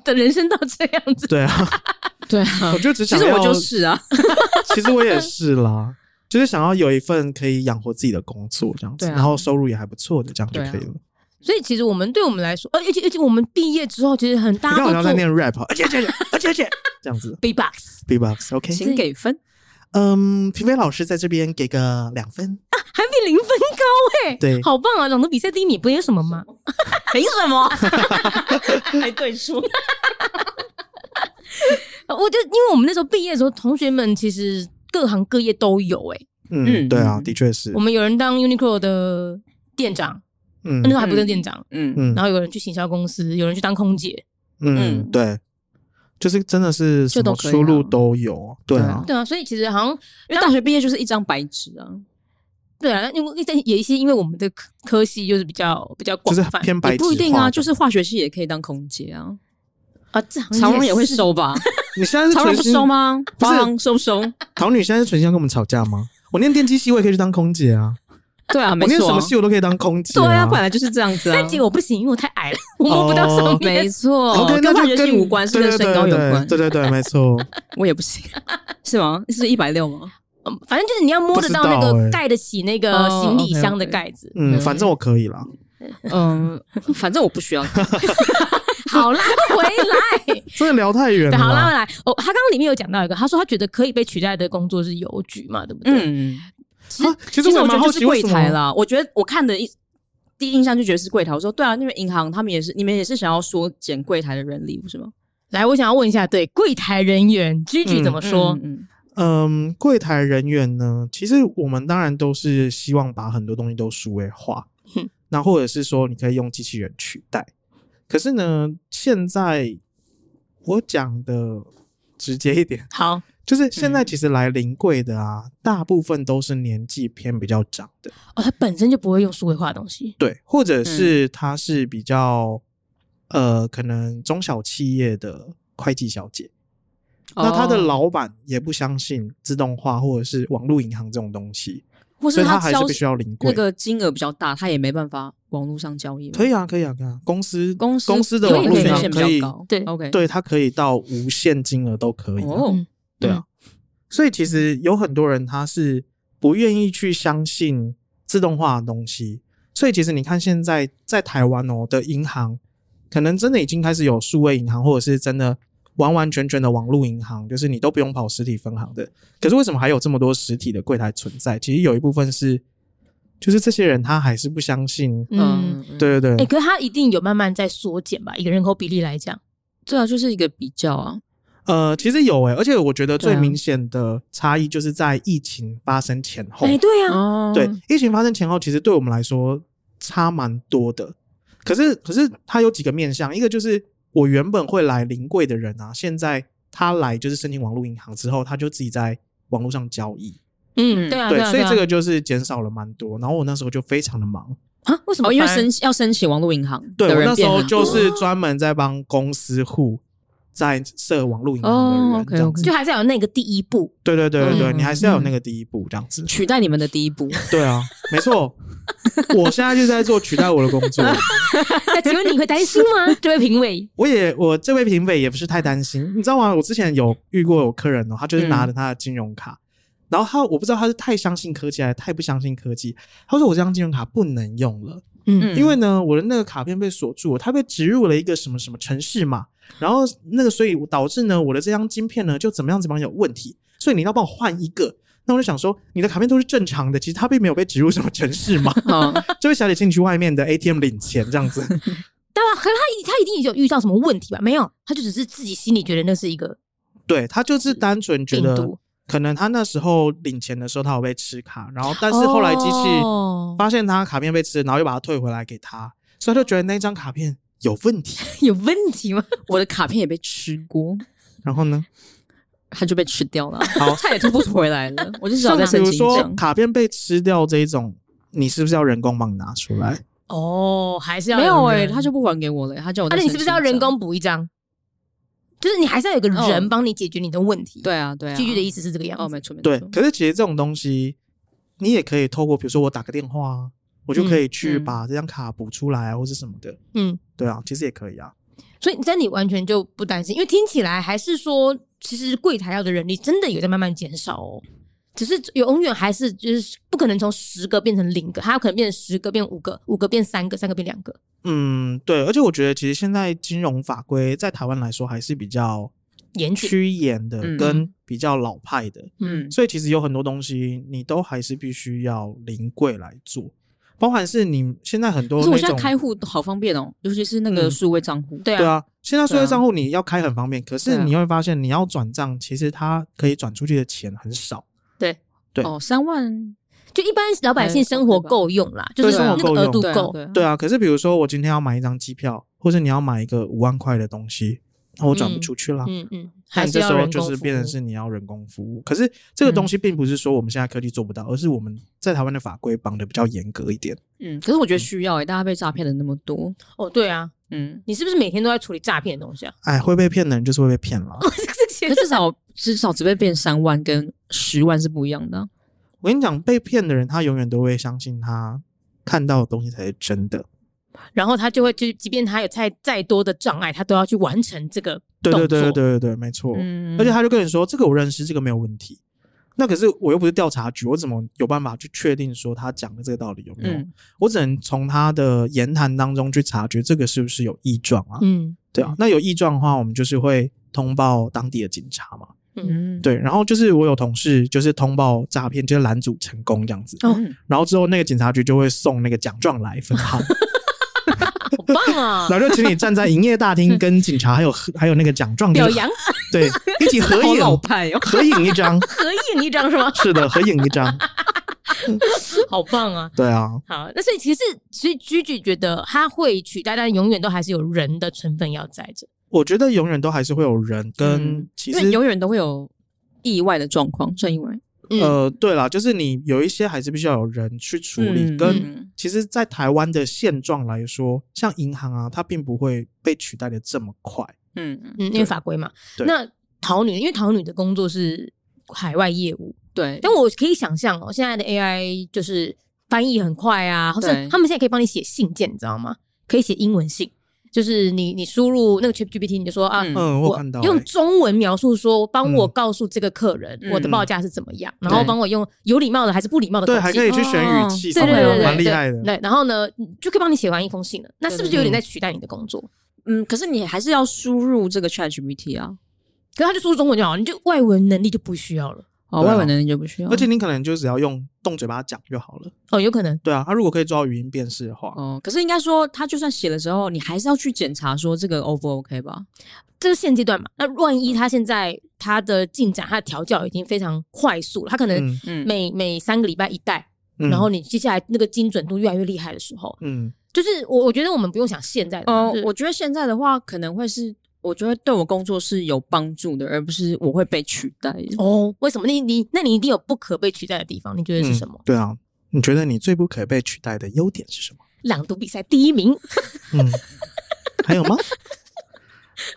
[SPEAKER 1] 的人生到这样子，
[SPEAKER 2] 对啊，
[SPEAKER 3] 对啊
[SPEAKER 2] 我，就只
[SPEAKER 3] 其
[SPEAKER 2] 想
[SPEAKER 3] 实
[SPEAKER 2] 要，
[SPEAKER 3] 我就是啊，
[SPEAKER 2] 其实我也是啦，就是想要有一份可以养活自己的工作这样子，
[SPEAKER 3] 对啊
[SPEAKER 2] 然后收入也还不错的，这样就
[SPEAKER 3] 对啊
[SPEAKER 2] 可以了。
[SPEAKER 1] 所以其实我们对我们来说，而呃而且而且我们毕业之后，其实很
[SPEAKER 2] 你
[SPEAKER 1] 大
[SPEAKER 2] 看
[SPEAKER 1] 家
[SPEAKER 2] 我好
[SPEAKER 1] 都
[SPEAKER 2] 像在
[SPEAKER 1] 做
[SPEAKER 2] 念 rap，而啊且而且而且而且这样子
[SPEAKER 1] B-box，
[SPEAKER 2] ，B-box OK。
[SPEAKER 3] 请给分。
[SPEAKER 2] 嗯，评委老师在这边给个两分。
[SPEAKER 1] 还比零分高哎、
[SPEAKER 2] 对啊
[SPEAKER 1] 好棒啊！朗读比赛第一名不也有什么吗？
[SPEAKER 3] 凭什么？ 还对出？
[SPEAKER 1] 呃我就因为我们那时候毕业的时候，同学们其实各行各业都有哎、
[SPEAKER 2] 嗯，
[SPEAKER 3] 嗯
[SPEAKER 2] 对啊，
[SPEAKER 3] 嗯
[SPEAKER 2] 的确是
[SPEAKER 1] 我。们有人当 Uniqlo 的店长，
[SPEAKER 2] 嗯
[SPEAKER 1] 那时候还不是店长，
[SPEAKER 3] 嗯，
[SPEAKER 2] 嗯
[SPEAKER 1] 然后有人去行销公司，有人去当空姐，
[SPEAKER 2] 嗯，
[SPEAKER 3] 嗯
[SPEAKER 2] 对，就是真的是什
[SPEAKER 3] 就都
[SPEAKER 2] 么
[SPEAKER 3] 可以
[SPEAKER 2] 出路
[SPEAKER 3] 啊
[SPEAKER 2] 都有，对啊，
[SPEAKER 1] 对啊，所以其实好像
[SPEAKER 3] 因为大学毕业就是一张白纸啊，
[SPEAKER 1] 对啊，因为但也一些因为我们的科科系就是比较比较
[SPEAKER 2] 就
[SPEAKER 1] 广
[SPEAKER 2] 是
[SPEAKER 1] 泛
[SPEAKER 2] 偏白
[SPEAKER 3] 也
[SPEAKER 2] 纸
[SPEAKER 3] 不一定
[SPEAKER 2] 化
[SPEAKER 3] 啊，
[SPEAKER 2] 的
[SPEAKER 3] 就是化学系也可以当空姐啊，
[SPEAKER 1] 啊，这行
[SPEAKER 3] 长荣也会
[SPEAKER 1] 是
[SPEAKER 3] 收吧？
[SPEAKER 2] 你现在是
[SPEAKER 3] 长荣
[SPEAKER 2] 存
[SPEAKER 3] 不
[SPEAKER 2] 心
[SPEAKER 3] 收？吗？
[SPEAKER 2] 不是
[SPEAKER 3] 华航收不收？
[SPEAKER 2] 桃女现在是存心要跟我们吵架吗？我念电机系，我也可以去当空姐啊。
[SPEAKER 3] 对啊，没
[SPEAKER 2] 我念
[SPEAKER 3] 错
[SPEAKER 2] 什
[SPEAKER 3] 啊、
[SPEAKER 2] 么戏我都可以当空姐、
[SPEAKER 3] 对啊，
[SPEAKER 2] 啊，哦
[SPEAKER 3] 本来就是这样子啊
[SPEAKER 1] 但。结果不行，因为我太矮了，我摸不到上面。
[SPEAKER 3] 没错
[SPEAKER 2] OK，那
[SPEAKER 3] 哦跟化
[SPEAKER 2] 就
[SPEAKER 3] 学
[SPEAKER 2] 跟
[SPEAKER 3] 系无关，是跟身高有关。
[SPEAKER 2] 对对对对对对，没 错。
[SPEAKER 3] 我也不行，是吗？是一百六吗？
[SPEAKER 1] 嗯反正就是你要摸得到
[SPEAKER 2] 不知
[SPEAKER 1] 那
[SPEAKER 2] 道
[SPEAKER 1] 个
[SPEAKER 2] 欸
[SPEAKER 1] 盖得起那个
[SPEAKER 3] 哦
[SPEAKER 1] 行李
[SPEAKER 3] OK，OK
[SPEAKER 1] 箱的盖子。
[SPEAKER 2] 嗯，反正我可以啦。
[SPEAKER 3] 嗯， 反正我不需要。
[SPEAKER 1] 好啦， 回来。
[SPEAKER 2] 真的聊太远
[SPEAKER 1] 对，
[SPEAKER 2] 了。啊
[SPEAKER 1] 好啦，回来。哦，他刚刚里面有讲到一个，他说他觉得可以被取代的工作是邮局嘛，对不对？
[SPEAKER 3] 嗯，
[SPEAKER 1] 其实
[SPEAKER 2] 啊其实
[SPEAKER 3] 其实
[SPEAKER 2] 我
[SPEAKER 3] 我
[SPEAKER 2] 也蛮
[SPEAKER 3] 觉得
[SPEAKER 2] 好
[SPEAKER 3] 就是
[SPEAKER 2] 奇为
[SPEAKER 3] 柜
[SPEAKER 2] 什
[SPEAKER 3] 台
[SPEAKER 2] 么。
[SPEAKER 3] 啦。我觉得我看的一第一印象就觉得是柜台。我说对啊，因为银行他们也是，你们也是想要缩减柜台的人力，不是吗？
[SPEAKER 1] 来，我想要问一下，对柜台人员 Gigi
[SPEAKER 2] 嗯
[SPEAKER 1] 怎么说？
[SPEAKER 3] 嗯
[SPEAKER 2] 嗯，柜台人员呢，其实我们当然都是希望把很多东西都数位化
[SPEAKER 1] 嗯，
[SPEAKER 2] 那或者是说你可以用机器人取代。可是呢，现在我讲的直接一点，
[SPEAKER 1] 好
[SPEAKER 2] 就是现
[SPEAKER 3] 嗯
[SPEAKER 2] 在其实来临柜的啊，大部分都是年纪偏比较长的，
[SPEAKER 1] 哦，他本身就不会用数位化的东西。
[SPEAKER 2] 对，或
[SPEAKER 3] 嗯
[SPEAKER 2] 者是他是比较、呃，可能中小企业的会计小姐，那他的
[SPEAKER 3] 哦
[SPEAKER 2] 老板也不相信自动化或者是网络银行这种东西，
[SPEAKER 3] 或
[SPEAKER 2] 所
[SPEAKER 3] 是
[SPEAKER 2] 以他还是
[SPEAKER 3] 交
[SPEAKER 2] 必须要临柜。
[SPEAKER 3] 那个金额比较大，他也没办法网络上交易嘛。
[SPEAKER 2] 可以啊，可以啊，可以啊，公司
[SPEAKER 3] 公司
[SPEAKER 2] 公司的
[SPEAKER 1] 可以
[SPEAKER 2] 网络
[SPEAKER 1] 可以
[SPEAKER 2] 银
[SPEAKER 1] 可以
[SPEAKER 2] 行可以，
[SPEAKER 1] 对
[SPEAKER 3] OK，
[SPEAKER 2] 对，它可以到无限金额都可以啊、
[SPEAKER 3] 哦
[SPEAKER 1] 嗯，
[SPEAKER 2] 对啊，所以其实有很多人他是不愿意去相信自动化的东西，所以其实你看现在在台湾哦的银行，可能真的已经开始有数位银行，或者是真的完完全全的网络银行，就是你都不用跑实体分行的。可是为什么还有这么多实体的柜台存在？其实有一部分是，就是这些人他还是不相信。
[SPEAKER 1] 嗯。
[SPEAKER 3] 嗯，对，
[SPEAKER 2] 对对
[SPEAKER 1] 哎、
[SPEAKER 2] 对，
[SPEAKER 1] 可是它一定有慢慢在缩减吧？以人口比例来讲，
[SPEAKER 3] 对啊，就是一个比较啊。
[SPEAKER 2] 呃，其实有诶、而且我觉得最
[SPEAKER 3] 对啊
[SPEAKER 2] 明显的差异就是在疫情发生前后。
[SPEAKER 1] 哎、对啊，
[SPEAKER 2] 嗯
[SPEAKER 3] 哦
[SPEAKER 2] 对，疫情发生前后，其实对我们来说差蛮多的。可是，可是它有几个面向，一个就是我原本会来临柜的人啊，现在他来就是申请网络银行之后，他就自己在网络上交易，
[SPEAKER 1] 嗯，
[SPEAKER 3] 嗯
[SPEAKER 1] 对啊，
[SPEAKER 2] 对，
[SPEAKER 1] 啊，
[SPEAKER 2] 所以
[SPEAKER 1] 啊
[SPEAKER 2] 这个就是减少了蛮多。然后我那时候就非常的忙，
[SPEAKER 1] 啊，为什么反
[SPEAKER 3] 哦，
[SPEAKER 1] 而？
[SPEAKER 3] 因为申要申请网络银行
[SPEAKER 2] 对
[SPEAKER 3] 的
[SPEAKER 2] 我
[SPEAKER 3] 人
[SPEAKER 2] 那时
[SPEAKER 3] 变
[SPEAKER 2] 候
[SPEAKER 3] 很
[SPEAKER 2] 就
[SPEAKER 3] 多
[SPEAKER 2] 是专门在帮公司户在设网络银行的人、
[SPEAKER 3] 哦，OK，OK
[SPEAKER 2] 这样子
[SPEAKER 1] 就还是要有那个第一步，
[SPEAKER 2] 对对对对对，
[SPEAKER 3] 嗯
[SPEAKER 2] 你还是要有那个第一步这样子。
[SPEAKER 3] 取代你们的第一步。
[SPEAKER 2] 对啊，没错，我现在就在做取代我的工作。
[SPEAKER 1] 那请问你会担心 吗？这位评委，
[SPEAKER 2] 我也我这位评委也不是太担心，你知道吗？我之前有遇过有客人哦，他就是拿着他的金融
[SPEAKER 1] 嗯
[SPEAKER 2] 卡，然后他我不知道他是太相信科技还是太不相信科技，他说我这张金融卡不能用了，
[SPEAKER 1] 嗯，
[SPEAKER 2] 因为呢我的那个卡片被锁住了，它被植入了一个什么什么城市码，然后那个所以导致呢我的这张晶片呢就怎么样怎么样有问题，所以你要帮我换一个。那我就想说，你的卡片都是正常的，其实它并没有被植入什么城市 码。
[SPEAKER 3] 嗯，
[SPEAKER 2] 这位小姐，请你去外面的 ATM 领钱，这样子。
[SPEAKER 1] 对啊，可是他一他一定有遇到什么问题吧？没有，他就只是自己心里觉得那是一个
[SPEAKER 2] 对他就是单纯觉
[SPEAKER 1] 病
[SPEAKER 2] 得
[SPEAKER 1] 毒，
[SPEAKER 2] 可能他那时候领钱的时候，他有被吃卡，然后但是后来机器
[SPEAKER 1] 哦、
[SPEAKER 2] 发 现他卡片被吃，然后又把它退回来给他，所以他就觉得那张卡片有问 题。
[SPEAKER 1] 有问题吗？
[SPEAKER 3] 我的卡片也被吃过，
[SPEAKER 2] 然后呢，
[SPEAKER 3] 它就被吃掉了，
[SPEAKER 2] 好
[SPEAKER 3] 它也吐不回来了。我就只好再
[SPEAKER 2] 比
[SPEAKER 3] 申
[SPEAKER 2] 如
[SPEAKER 3] 请一
[SPEAKER 2] 说
[SPEAKER 3] 张。
[SPEAKER 2] 卡片被吃掉这一种，你是不是要人工帮你拿出来？
[SPEAKER 1] 哦，还是要
[SPEAKER 3] 没有
[SPEAKER 1] 哎、
[SPEAKER 3] 哎，他就不还给我了，他叫我。
[SPEAKER 1] 而啊且你是不是要人？工补一张？就是你还是要有个人
[SPEAKER 3] 哦
[SPEAKER 1] 帮你解决你的问题。
[SPEAKER 3] 对啊，对啊。
[SPEAKER 1] 句句的意思是这个样
[SPEAKER 3] 哦，
[SPEAKER 1] 子。
[SPEAKER 3] 没错没
[SPEAKER 2] 对
[SPEAKER 3] 错。，
[SPEAKER 2] 可是其实这种东西，你也可以透过，比如说我打个电话啊，我就可以去
[SPEAKER 3] 嗯嗯
[SPEAKER 2] 把这张卡补出来啊，或是什么的。
[SPEAKER 1] 嗯，
[SPEAKER 2] 对啊，其实也可以啊。
[SPEAKER 1] 所以但你完全就不担心，因为听起来还是说，其实柜台要的人力真的有在慢慢减少哦。只是有永远还是就是不可能从十个变成零个，它有可能变成十个变五个，五个变三个，三个变两个。
[SPEAKER 2] 嗯，对，而且我觉得其实现在金融法规在台湾来说还是比较
[SPEAKER 1] 严谨，
[SPEAKER 2] 趋严的
[SPEAKER 3] 嗯
[SPEAKER 2] 跟比较老派的，
[SPEAKER 3] 嗯
[SPEAKER 2] 所以其实有很多东西你都还是必须要临柜来做，包含是你现在很多
[SPEAKER 3] 可
[SPEAKER 2] 那
[SPEAKER 3] 是
[SPEAKER 2] 种
[SPEAKER 3] 我现在开户好方便哦，尤其是那个
[SPEAKER 2] 嗯
[SPEAKER 3] 数位账户。
[SPEAKER 1] 对
[SPEAKER 2] 对
[SPEAKER 1] 啊，
[SPEAKER 2] 啊，现在数位
[SPEAKER 3] 对啊
[SPEAKER 2] 账户你要开很方便，可
[SPEAKER 3] 对
[SPEAKER 2] 是
[SPEAKER 3] 啊
[SPEAKER 2] 你会发现你要转账，其实它可以转出去的钱很少。对啊
[SPEAKER 3] 哦，三万
[SPEAKER 1] 就一般老百姓
[SPEAKER 3] 哎
[SPEAKER 1] 生活
[SPEAKER 3] 对吧
[SPEAKER 1] 够用啦，就是
[SPEAKER 2] 对啊
[SPEAKER 1] 那个额度
[SPEAKER 3] 对啊
[SPEAKER 1] 够。
[SPEAKER 3] 对啊
[SPEAKER 2] 对啊，可是比如说我今天要买一张机票，或者你要买一个五万块的东西，那我转不
[SPEAKER 1] 嗯
[SPEAKER 2] 出去啦。
[SPEAKER 1] 嗯嗯，还
[SPEAKER 2] 但
[SPEAKER 1] 是
[SPEAKER 2] 这
[SPEAKER 1] 要
[SPEAKER 2] 时候
[SPEAKER 1] 人
[SPEAKER 2] 就
[SPEAKER 1] 工
[SPEAKER 2] 是
[SPEAKER 1] 服
[SPEAKER 2] 变成
[SPEAKER 1] 务嗯
[SPEAKER 2] 是你要人工服务，可是这个东西并不是说我们现在科技做不到，而是我们在台湾的法规绑的比较严格一点。
[SPEAKER 3] 嗯，可是我觉得需要哎，大家被诈骗的那么多，
[SPEAKER 1] 哦，对啊，
[SPEAKER 3] 嗯，
[SPEAKER 1] 你是不是每天都在处理诈骗的东西 啊？
[SPEAKER 2] 哎，会被骗的人就是会 被骗了。
[SPEAKER 1] 这些
[SPEAKER 3] 可至少至少只被变三万跟十万是不一样的啊。
[SPEAKER 2] 我跟你讲，被骗的人他永远都会相信他看到的东西才是真的。
[SPEAKER 1] 然后他就会就即便他有再再多的障碍，他都要去完成这个
[SPEAKER 2] 对
[SPEAKER 1] 动
[SPEAKER 2] 对
[SPEAKER 1] 作。
[SPEAKER 2] 对对对对，没错。
[SPEAKER 1] 嗯
[SPEAKER 2] 而且他就跟你说，这个我认识，这个没有问题。那可是我又不是调查局，我怎么有办法去确定说他讲的这个道理有没有？
[SPEAKER 3] 嗯
[SPEAKER 2] 我只能从他的言谈当中去察觉这个是不是有异状啊？
[SPEAKER 1] 嗯
[SPEAKER 2] 对啊，那有异状的话，我们就是会通报当地的警察嘛。
[SPEAKER 3] 嗯，
[SPEAKER 2] 对，然后就是我有同事就是通报诈骗，就是拦阻成功这样子，
[SPEAKER 1] 哦
[SPEAKER 3] 嗯
[SPEAKER 2] 然后之后那个警察局就会送那个奖状来分 号，
[SPEAKER 1] 好棒 啊！
[SPEAKER 2] 然后就请你站在营业大厅跟警察还有 还有那个奖状
[SPEAKER 1] 表
[SPEAKER 2] 就是
[SPEAKER 1] 扬
[SPEAKER 2] 对一起合
[SPEAKER 3] 好
[SPEAKER 2] 影
[SPEAKER 3] 老派哦，
[SPEAKER 2] 合影一 张，
[SPEAKER 1] 合影一张是吗？
[SPEAKER 2] 是的，合影一张，
[SPEAKER 1] 好棒啊！
[SPEAKER 2] 对啊，
[SPEAKER 1] 好，那所以其实所以居居觉得他会取代，但永远都还是有人的成分要在这。
[SPEAKER 2] 我觉得永远都还是会有人跟
[SPEAKER 3] 嗯
[SPEAKER 2] 其
[SPEAKER 3] 因为
[SPEAKER 2] 实
[SPEAKER 3] 永远都会有意外的状况，算意外
[SPEAKER 1] 嗯
[SPEAKER 2] 呃对啦，就是你有一些还是必须要有人去处理
[SPEAKER 3] 嗯
[SPEAKER 2] 跟。
[SPEAKER 3] 嗯
[SPEAKER 2] 其实，在台湾的现状来说，像银行啊，它并不会被取代的这么快。
[SPEAKER 3] 嗯
[SPEAKER 1] 嗯，因为法规嘛。
[SPEAKER 2] 对
[SPEAKER 1] 那桃女，因为桃女的工作是海外业务，
[SPEAKER 3] 对，
[SPEAKER 1] 但我可以想象哦，现在的 AI 就是翻译很快啊，或者
[SPEAKER 3] 对
[SPEAKER 1] 他们现在可以帮你写信件，你知道吗？可以写英文信，就是你你输入那个 ChatGPT，你就说啊。
[SPEAKER 3] 嗯
[SPEAKER 2] 嗯，我有看到、欸，
[SPEAKER 1] 用中文描述说，帮我
[SPEAKER 2] 嗯
[SPEAKER 1] 告诉这个客人
[SPEAKER 3] 嗯
[SPEAKER 1] 我的报价是怎么样，然后帮我用有礼貌的还是不礼貌的口
[SPEAKER 2] 对，
[SPEAKER 1] 气，哦
[SPEAKER 2] 还可以去选语气，
[SPEAKER 1] 对对
[SPEAKER 2] 什么的
[SPEAKER 1] 对对，
[SPEAKER 2] 蛮厉
[SPEAKER 1] 对
[SPEAKER 2] 害的。
[SPEAKER 1] 对，然后呢，你就可以帮你写完一封信了。那是不是就有点在取代你的工作？
[SPEAKER 3] 嗯，可是你还是要输入这个 ChatGPT 啊，
[SPEAKER 1] 可是他就说中文就好，你就外文能力就不需要了。
[SPEAKER 3] 哦，
[SPEAKER 2] 对啊
[SPEAKER 3] 外文能力就不需要，
[SPEAKER 2] 而且你可能就只要用动嘴巴讲就好了。
[SPEAKER 1] 哦，有可能。
[SPEAKER 2] 对啊，他如果可以做到语音辨识的话，
[SPEAKER 3] 哦，可是应该说，他就算写了之后，你还是要去检查说这个 O 不 OK 吧？
[SPEAKER 1] 这是现阶段嘛？那万
[SPEAKER 2] 嗯
[SPEAKER 1] 一他现在他的进展，他的调教已经非常快速了，他可能
[SPEAKER 2] 嗯
[SPEAKER 3] 嗯
[SPEAKER 1] 每、每三个礼拜一代，
[SPEAKER 2] 嗯，
[SPEAKER 1] 然后你接下来那个精准度越来越厉害的时候，
[SPEAKER 2] 嗯
[SPEAKER 1] 就是我我觉得我们不用想现在
[SPEAKER 2] 啊
[SPEAKER 1] 的，
[SPEAKER 3] 哦
[SPEAKER 1] 就是，
[SPEAKER 3] 我觉得现在的话，可能会是我觉得对我工作是有帮助的，而不是我会被取代。
[SPEAKER 1] 哦，为什么你你那你一定有不可被取代的地方？你觉得是什么
[SPEAKER 2] 嗯？对啊，你觉得你最不可被取代的优点是什么？
[SPEAKER 1] 朗读比赛第一名，
[SPEAKER 2] 嗯，还有吗？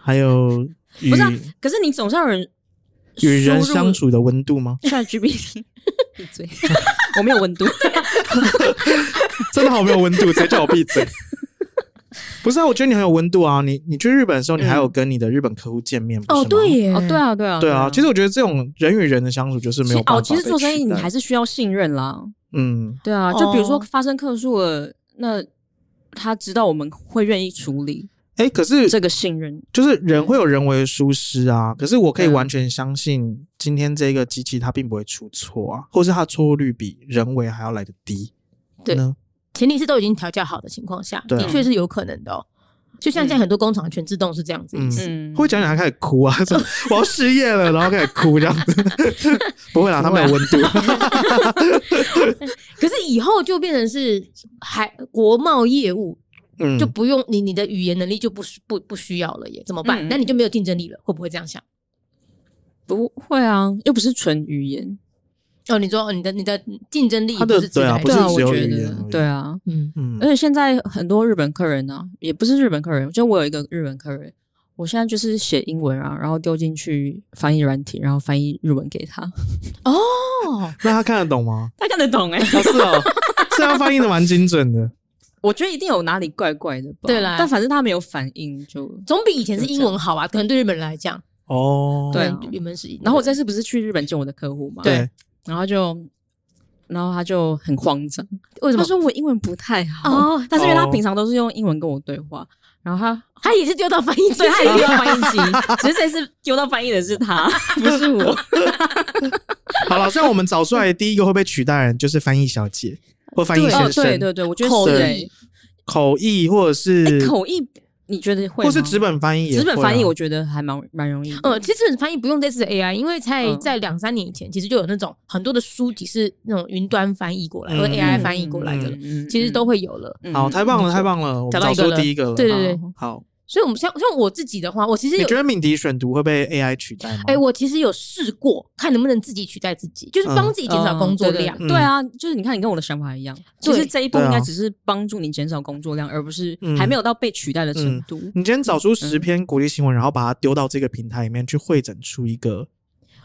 [SPEAKER 2] 还有与
[SPEAKER 3] 不是啊可是你总是要有人
[SPEAKER 2] 与人
[SPEAKER 3] 输入
[SPEAKER 2] 相处的温度吗？
[SPEAKER 3] ChatGPT，闭嘴，我没有温度。哦
[SPEAKER 2] 真的好没有温度，谁叫我闭 嘴？不是啊，我觉得你很有温度啊！你你去日本的时候，你还有跟你的日本客户见面，不是
[SPEAKER 1] 哦，
[SPEAKER 2] 吗
[SPEAKER 1] 对耶，
[SPEAKER 3] 哦，对啊，对啊，
[SPEAKER 2] 对啊。其实我觉得这种人与人的相处就是没有办法
[SPEAKER 3] 哦，其实
[SPEAKER 2] 被
[SPEAKER 3] 做生意
[SPEAKER 2] 取
[SPEAKER 3] 你
[SPEAKER 2] 代
[SPEAKER 3] 还是需要信任啦。
[SPEAKER 2] 嗯
[SPEAKER 3] 对啊，就比如说
[SPEAKER 1] 哦
[SPEAKER 3] 发生客诉了，那他知道我们会愿意处理
[SPEAKER 2] 哎、可是
[SPEAKER 3] 这个信任。
[SPEAKER 2] 就是人会有人为的疏失啊，可是我可以
[SPEAKER 3] 对啊
[SPEAKER 2] 完全相信今天这个机器它并不会出错啊，或是它错误率比人为还要来的低。
[SPEAKER 1] 对
[SPEAKER 2] 呢，
[SPEAKER 1] 前提是都已经调教好的情况下，
[SPEAKER 2] 对啊
[SPEAKER 1] 的确是有可能的哦。就像现在很多工厂全自动是这样子，
[SPEAKER 2] 嗯
[SPEAKER 1] 是
[SPEAKER 3] 嗯，
[SPEAKER 2] 会讲讲还开始哭啊，说 我要失业了，然后开始哭这样子， 不会啦，他
[SPEAKER 3] 不
[SPEAKER 2] 们
[SPEAKER 3] 会啊
[SPEAKER 2] 有温度。
[SPEAKER 1] 可是以后就变成是海国贸业务，
[SPEAKER 2] 嗯，
[SPEAKER 1] 就不用你你的语言能力就不需不不需要了耶，怎么办？
[SPEAKER 3] 嗯
[SPEAKER 1] 那你就没有竞争力了，会不会这样想？
[SPEAKER 3] 不会啊，又不是纯语言。
[SPEAKER 1] 哦，你说哦你的你的竞争力
[SPEAKER 2] 他
[SPEAKER 1] 不
[SPEAKER 2] 的
[SPEAKER 1] 是自
[SPEAKER 2] 对啊
[SPEAKER 1] 然
[SPEAKER 2] 不是
[SPEAKER 3] 对啊，
[SPEAKER 2] 只
[SPEAKER 3] 我
[SPEAKER 2] 有
[SPEAKER 3] 觉
[SPEAKER 2] 语言
[SPEAKER 3] 得
[SPEAKER 2] 而已
[SPEAKER 3] 对啊。
[SPEAKER 1] 嗯，
[SPEAKER 2] 嗯
[SPEAKER 3] 而且现在很多日本客人呢、也不是日本客人，就我有一个日本客人，我现在就是写英文啊，然后丢进去翻译软体，然后翻译日文给 他，
[SPEAKER 1] 哦，
[SPEAKER 2] 那他看得懂吗？
[SPEAKER 3] 他看得懂哎、
[SPEAKER 2] 啊，是哦， 是他翻译的蛮精准的。
[SPEAKER 3] 我觉得一定有哪里怪怪的吧？
[SPEAKER 1] 对啦
[SPEAKER 3] 但反正他没有反应就。
[SPEAKER 1] 总比以前是英文好啊，可能对日本人来讲，
[SPEAKER 2] 哦，
[SPEAKER 3] 对啊
[SPEAKER 1] 可能原本是。
[SPEAKER 3] 然后我这次不是去日本见我的客户嘛？
[SPEAKER 2] 对，
[SPEAKER 3] 然后就，然后他就很慌张，
[SPEAKER 1] 为什
[SPEAKER 3] 他
[SPEAKER 1] 么？
[SPEAKER 3] 说我英文不太好，
[SPEAKER 1] 哦
[SPEAKER 3] 但是因为他
[SPEAKER 2] 哦
[SPEAKER 3] 平常都是用英文跟我对话，然后他
[SPEAKER 1] 他也是丢到翻译机，
[SPEAKER 3] 哦对，他也丢到翻译 机，只是这次丢到翻译的是他，不是我。
[SPEAKER 2] 好了，像我们找出来的第一个会被取代的人就是翻译小姐或翻译
[SPEAKER 1] 对
[SPEAKER 2] 先
[SPEAKER 3] 哦，
[SPEAKER 2] 生，
[SPEAKER 3] 对对对，我觉得
[SPEAKER 1] 口
[SPEAKER 3] 是
[SPEAKER 1] 译
[SPEAKER 2] 口译或者
[SPEAKER 3] 欸
[SPEAKER 2] 是
[SPEAKER 3] 欸口译，你觉得会
[SPEAKER 2] 或
[SPEAKER 3] 吗？
[SPEAKER 2] 是纸本翻译也会啊，
[SPEAKER 3] 纸本翻译，我觉得还蛮蛮容易的。
[SPEAKER 1] 嗯，其实很翻译不用这次的 AI，因为在
[SPEAKER 3] 嗯
[SPEAKER 1] 在两三年以前，其实就有那种很多的书籍是那种云端翻译过来，
[SPEAKER 2] 嗯
[SPEAKER 1] 或者 AI
[SPEAKER 2] 嗯
[SPEAKER 1] 翻译过来的了，
[SPEAKER 3] 嗯
[SPEAKER 1] 其实都会有了。
[SPEAKER 2] 好，太棒了，太
[SPEAKER 3] 了。
[SPEAKER 2] 棒了，我
[SPEAKER 1] 找
[SPEAKER 2] 们
[SPEAKER 1] 到
[SPEAKER 2] 找
[SPEAKER 1] 一个
[SPEAKER 2] 出
[SPEAKER 1] 了
[SPEAKER 2] 第一个了。
[SPEAKER 1] 对对对
[SPEAKER 3] 好，
[SPEAKER 2] 好，
[SPEAKER 1] 所以我们像像我自己的话，我其实
[SPEAKER 2] 你
[SPEAKER 1] 有
[SPEAKER 2] 觉得敏迪选读会被 AI 取代吗？
[SPEAKER 1] 哎、我其实有试过，看能不能自己取代自己，就是帮
[SPEAKER 2] 嗯嗯
[SPEAKER 1] 自己减少工作量。
[SPEAKER 3] 对对对啊，就是你看，你跟我的想法一样。其
[SPEAKER 1] 对
[SPEAKER 3] 实这一步
[SPEAKER 2] 对啊
[SPEAKER 3] 应该只是帮助你减少工作量，而不是
[SPEAKER 2] 嗯
[SPEAKER 3] 还没有到被取代的程度。
[SPEAKER 2] 你今天找出十篇国际新闻，然后把它丢到这个平台里面去汇整出一个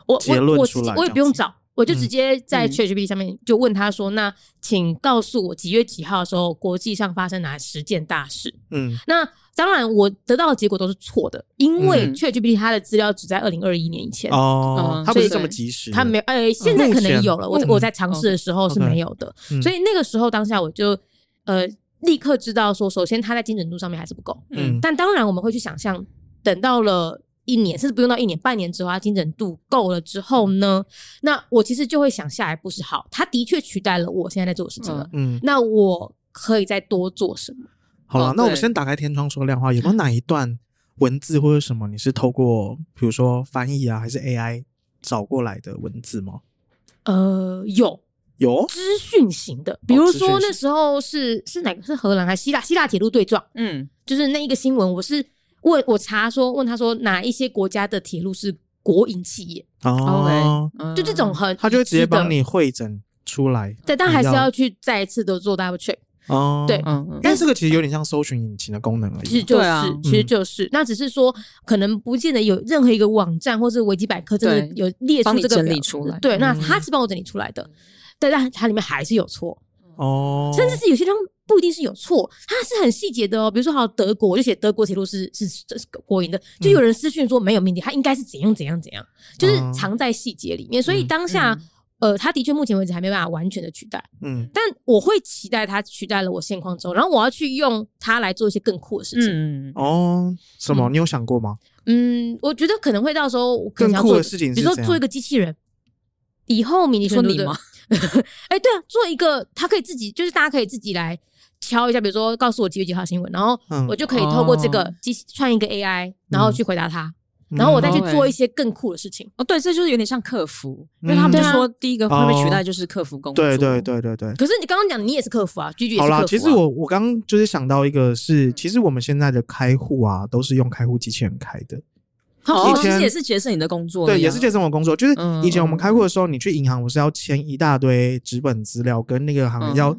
[SPEAKER 1] 我
[SPEAKER 2] 结
[SPEAKER 1] 我
[SPEAKER 2] 论
[SPEAKER 1] 我
[SPEAKER 2] 出
[SPEAKER 1] 自己
[SPEAKER 2] 来
[SPEAKER 1] 我
[SPEAKER 2] 这
[SPEAKER 1] 也
[SPEAKER 2] 样
[SPEAKER 1] 不用
[SPEAKER 2] 子
[SPEAKER 1] 找，我就直接在
[SPEAKER 3] 嗯
[SPEAKER 1] ChatGPT 上面就问他说：“那请告诉我几月几号的时候，国际上发生哪十件大事
[SPEAKER 2] 嗯？”
[SPEAKER 1] 那当然，我得到的结果都是错的，因为
[SPEAKER 3] 嗯
[SPEAKER 1] ChatGPT 它的资料只在二零二一年以前。
[SPEAKER 2] 哦
[SPEAKER 3] 嗯，
[SPEAKER 2] 它不是
[SPEAKER 1] 所
[SPEAKER 2] 这
[SPEAKER 1] 以
[SPEAKER 2] 么及时的，
[SPEAKER 1] 它没有，呃，现在可能有了。我
[SPEAKER 2] 目前嗯
[SPEAKER 1] 我在尝试的时候是
[SPEAKER 2] OK
[SPEAKER 1] 没有的，
[SPEAKER 2] 嗯
[SPEAKER 1] 所以那个时候当下我就呃立刻知道说，首先它在精准度上面还是不够，
[SPEAKER 2] 嗯
[SPEAKER 1] 但当然我们会去想象，等到了一年，甚至不用到一年，半年之后，它精准度够了之后呢，
[SPEAKER 2] 嗯
[SPEAKER 1] 那我其实就会想下一步是好，它的确取代了我现在在做的事情了，
[SPEAKER 3] 嗯
[SPEAKER 2] 嗯，
[SPEAKER 1] 那我可以再多做什么？
[SPEAKER 2] 好了
[SPEAKER 3] 哦，
[SPEAKER 2] 那我们
[SPEAKER 3] 对
[SPEAKER 2] 先打开天窗说亮话，有没有哪一段文字或者什么你是透过比如说翻译啊，还是 AI 找过来的文字吗？
[SPEAKER 1] 呃，有
[SPEAKER 2] 有，
[SPEAKER 1] 资讯型的，比如
[SPEAKER 2] 哦资讯
[SPEAKER 1] 说
[SPEAKER 2] 型
[SPEAKER 1] 那时候是是哪个是荷兰还是希腊希腊铁路对撞，
[SPEAKER 3] 嗯
[SPEAKER 1] 就是那一个新闻，我是问我查说问他说哪一些国家的铁路是国营企业，
[SPEAKER 2] 哦，
[SPEAKER 3] ，OK，
[SPEAKER 1] 就这种很
[SPEAKER 2] 他就会直接帮
[SPEAKER 1] 一致
[SPEAKER 2] 你会诊出来。
[SPEAKER 1] 的，对，但还是
[SPEAKER 2] 你要
[SPEAKER 1] 要去再一次的做 double check，
[SPEAKER 2] 哦，
[SPEAKER 1] 对
[SPEAKER 3] 嗯嗯
[SPEAKER 2] 但这个其实有点像搜寻引擎的功能而
[SPEAKER 1] 其实
[SPEAKER 2] 已。
[SPEAKER 1] 就是、
[SPEAKER 3] 对啊
[SPEAKER 1] 其
[SPEAKER 2] 嗯
[SPEAKER 1] 实就是，那只是说可能不见得有任何一个网站或是维基百科真的
[SPEAKER 3] 对
[SPEAKER 1] 有列出
[SPEAKER 3] 帮你
[SPEAKER 1] 这个
[SPEAKER 3] 整理
[SPEAKER 1] 表
[SPEAKER 3] 出来
[SPEAKER 1] 对，那
[SPEAKER 2] 嗯
[SPEAKER 1] 他是帮我整理出来的，但但它里面还是有错，
[SPEAKER 2] 哦，
[SPEAKER 1] 甚至是有些地方不一定是有错，它是很细节的哦。比如说，好德国，我就写德国铁路是是是是国营的，就有人私讯说没有命题，它应该是怎样怎样怎样，就是
[SPEAKER 2] 嗯哦
[SPEAKER 1] 藏在细节里面。所以
[SPEAKER 2] 嗯
[SPEAKER 1] 当下
[SPEAKER 3] 嗯，
[SPEAKER 1] 呃，它的确目前为止还没办法完全的取代，
[SPEAKER 2] 嗯
[SPEAKER 1] 但我会期待它取代了我现况之后，然后我要去用它来做一些更酷的事情。
[SPEAKER 3] 嗯，
[SPEAKER 2] 哦，什么？你有想过吗？
[SPEAKER 1] 嗯，我觉得可能会到时候我可能
[SPEAKER 2] 更
[SPEAKER 1] 想要
[SPEAKER 2] 酷
[SPEAKER 1] 做
[SPEAKER 2] 的事情是
[SPEAKER 1] 比如
[SPEAKER 2] 怎
[SPEAKER 1] 说
[SPEAKER 2] 样
[SPEAKER 1] 做一个机器人。以后迷你
[SPEAKER 3] 说
[SPEAKER 1] 选读
[SPEAKER 3] 你
[SPEAKER 1] 的
[SPEAKER 3] 吗？
[SPEAKER 1] 哎、对啊，做一个，他可以自己，就是大家可以自己来敲一下，比如说告诉我几月几号新闻，然后
[SPEAKER 2] 嗯
[SPEAKER 1] 我就可以透过这个
[SPEAKER 3] 哦
[SPEAKER 1] 机器串一个 AI，然后去回答他，然后我再去
[SPEAKER 3] 嗯哦
[SPEAKER 1] 做一些更酷的事情。
[SPEAKER 3] 哦，对，这就是有点像客服，因为
[SPEAKER 2] 嗯
[SPEAKER 3] 他们就
[SPEAKER 1] 对啊
[SPEAKER 3] 说第一个会被取代
[SPEAKER 2] 哦
[SPEAKER 3] 就是客服工作，
[SPEAKER 2] 对对，对对对。
[SPEAKER 1] 可是你刚刚讲你也是客服啊，居居也
[SPEAKER 2] 好
[SPEAKER 1] 是客服、啊。嗯
[SPEAKER 2] 啦，其实我我刚刚就是想到一个是，其实我们现在的开户啊，都是用开户机器人开的，
[SPEAKER 3] 哦，
[SPEAKER 2] 以
[SPEAKER 3] 其
[SPEAKER 2] 前
[SPEAKER 3] 实也是节省你的工作了呀，
[SPEAKER 2] 对，也是这种工作。就是
[SPEAKER 3] 嗯
[SPEAKER 2] 以前我们
[SPEAKER 3] 嗯
[SPEAKER 2] 开户的时候，你去银行不是要签一大堆纸本资料，跟那个行
[SPEAKER 3] 嗯
[SPEAKER 2] 要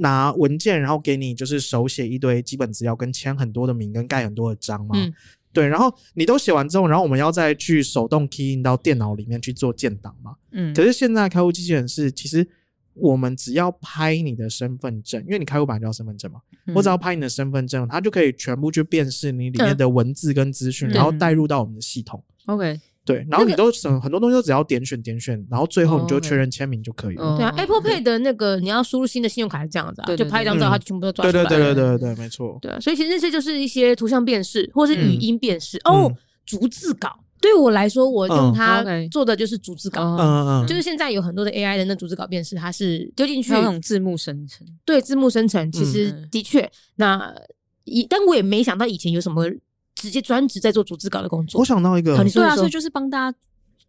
[SPEAKER 2] 拿文件，然后给你就是手写一堆基本资料，跟签很多的名，跟盖很多的章嘛。
[SPEAKER 1] 嗯
[SPEAKER 2] 对，然后你都写完之后，然后我们要再去手动 key in 到电脑里面去做建档嘛。
[SPEAKER 3] 嗯，
[SPEAKER 2] 可是现在开户机器人是，其实我们只要拍你的身份证，因为你开户本来就要身份证嘛，我
[SPEAKER 3] 嗯
[SPEAKER 2] 只要拍你的身份证，它就可以全部去辨识你里面的文字跟资讯，
[SPEAKER 3] 嗯
[SPEAKER 2] 然后带入到我们的系统。
[SPEAKER 3] OK，
[SPEAKER 2] 对，然后你都省很多东西，都只要点选点选，然后最后你
[SPEAKER 1] 哦
[SPEAKER 2] 就确认签名就可以了。
[SPEAKER 3] 哦
[SPEAKER 1] 对啊、
[SPEAKER 3] 嗯
[SPEAKER 1] a p p l e Pay 的那个你要输入新的信用卡是这样子啊，
[SPEAKER 3] 对对
[SPEAKER 1] 就拍一张照，
[SPEAKER 2] 对
[SPEAKER 1] 它全部都抓
[SPEAKER 2] 嗯对
[SPEAKER 1] 出来
[SPEAKER 2] 对
[SPEAKER 1] 了。
[SPEAKER 2] 对对对对，没错。
[SPEAKER 1] 对啊，所以其实那些就是一些图像辨识或是语
[SPEAKER 2] 嗯
[SPEAKER 1] 音辨识、
[SPEAKER 2] 嗯
[SPEAKER 1] 哦，逐字稿。对我来说，我用
[SPEAKER 2] 嗯
[SPEAKER 1] 它
[SPEAKER 3] OK
[SPEAKER 1] 做的就是逐字稿。
[SPEAKER 3] 哦，
[SPEAKER 2] 嗯嗯
[SPEAKER 1] 就是现在有很多的 AI 的那逐字稿辨识，它是丢进去
[SPEAKER 3] 还有那种字幕生成，
[SPEAKER 1] 对字幕生成，其
[SPEAKER 3] 嗯
[SPEAKER 1] 实的确，那以但我也没想到以前有什么直接专职在做逐字稿的工
[SPEAKER 2] 我
[SPEAKER 1] 作，
[SPEAKER 2] 想到一个
[SPEAKER 1] 好，你说
[SPEAKER 3] 对啊，
[SPEAKER 1] 你
[SPEAKER 3] 所以就是帮大家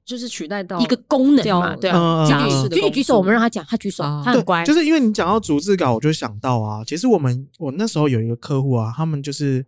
[SPEAKER 3] 就是取代到
[SPEAKER 1] 一个功能嘛，
[SPEAKER 3] 掉
[SPEAKER 1] 对啊。
[SPEAKER 2] 嗯嗯
[SPEAKER 3] 家
[SPEAKER 2] 嗯
[SPEAKER 3] 事的
[SPEAKER 1] 举举
[SPEAKER 3] 工作
[SPEAKER 1] 举手，我们让他讲，他举手
[SPEAKER 3] 哦，
[SPEAKER 1] 他很乖
[SPEAKER 2] 对，就。是因为你讲到逐字稿，我就想到啊，其实我们我那时候有一个客户啊，他们就是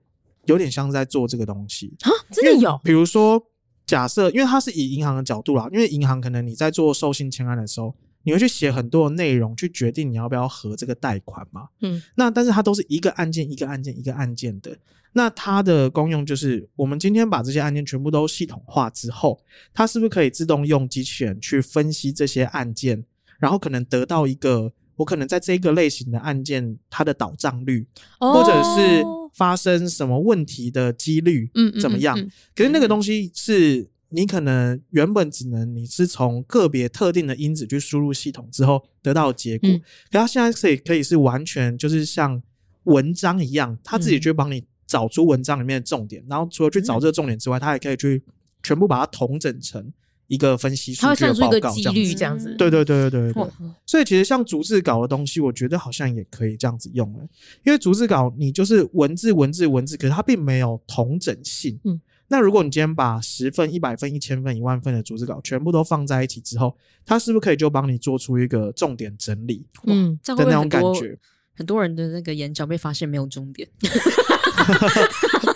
[SPEAKER 2] 有点像在做这个东西，
[SPEAKER 1] 啊，真的
[SPEAKER 2] 因为
[SPEAKER 1] 有，
[SPEAKER 2] 比如说，假设因为它是以银行的角度啦，因为银行可能你在做授信签案的时候，你会去写很多的内容去决定你要不要核这个贷款嘛。
[SPEAKER 1] 嗯，
[SPEAKER 2] 那但是它都是一个案件一个案件一个案件的。那它的功用就是，我们今天把这些案件全部都系统化之后，它是不是可以自动用机器人去分析这些案件，然后可能得到一个我可能在这个类型的案件它的倒账率，或者是
[SPEAKER 1] 哦
[SPEAKER 2] 发生什么问题的几率，
[SPEAKER 1] 嗯嗯
[SPEAKER 2] 怎么样？
[SPEAKER 1] 嗯嗯
[SPEAKER 2] 可是那个东西是你可能原本只能你是从个别特定的因子去输入系统之后得到的结果，
[SPEAKER 1] 嗯
[SPEAKER 2] 可它现在可以可以是完全就是像文章一样，它自己去帮你找出文章里面的重点，然后除了去找这个重点之外，它还可以去全部把它统整成一个分析数
[SPEAKER 1] 他会算
[SPEAKER 2] 据的
[SPEAKER 1] 出一
[SPEAKER 2] 报
[SPEAKER 1] 个
[SPEAKER 2] 告
[SPEAKER 1] 几
[SPEAKER 2] 这样
[SPEAKER 1] 率
[SPEAKER 2] 子。
[SPEAKER 1] 这样子
[SPEAKER 3] 嗯。
[SPEAKER 2] 对对对对对对对
[SPEAKER 3] 哇
[SPEAKER 2] 所以其实像逐字稿的东西，我觉得好像也可以这样子用了，因为逐字稿你就是文字文字文字，可是它并没有同整性。
[SPEAKER 1] 嗯，
[SPEAKER 2] 那如果你今天把十份、一百份、一千份、一万份的逐字稿全部都放在一起之后，它是不是可以就帮你做出一个重点整理
[SPEAKER 1] 嗯，
[SPEAKER 3] 这样
[SPEAKER 2] 的
[SPEAKER 3] 会不
[SPEAKER 2] 那
[SPEAKER 3] 会
[SPEAKER 2] 种
[SPEAKER 3] 很
[SPEAKER 2] 感
[SPEAKER 3] 多
[SPEAKER 2] 觉？
[SPEAKER 3] 很多人的那个眼角被发现没有终点，
[SPEAKER 1] 评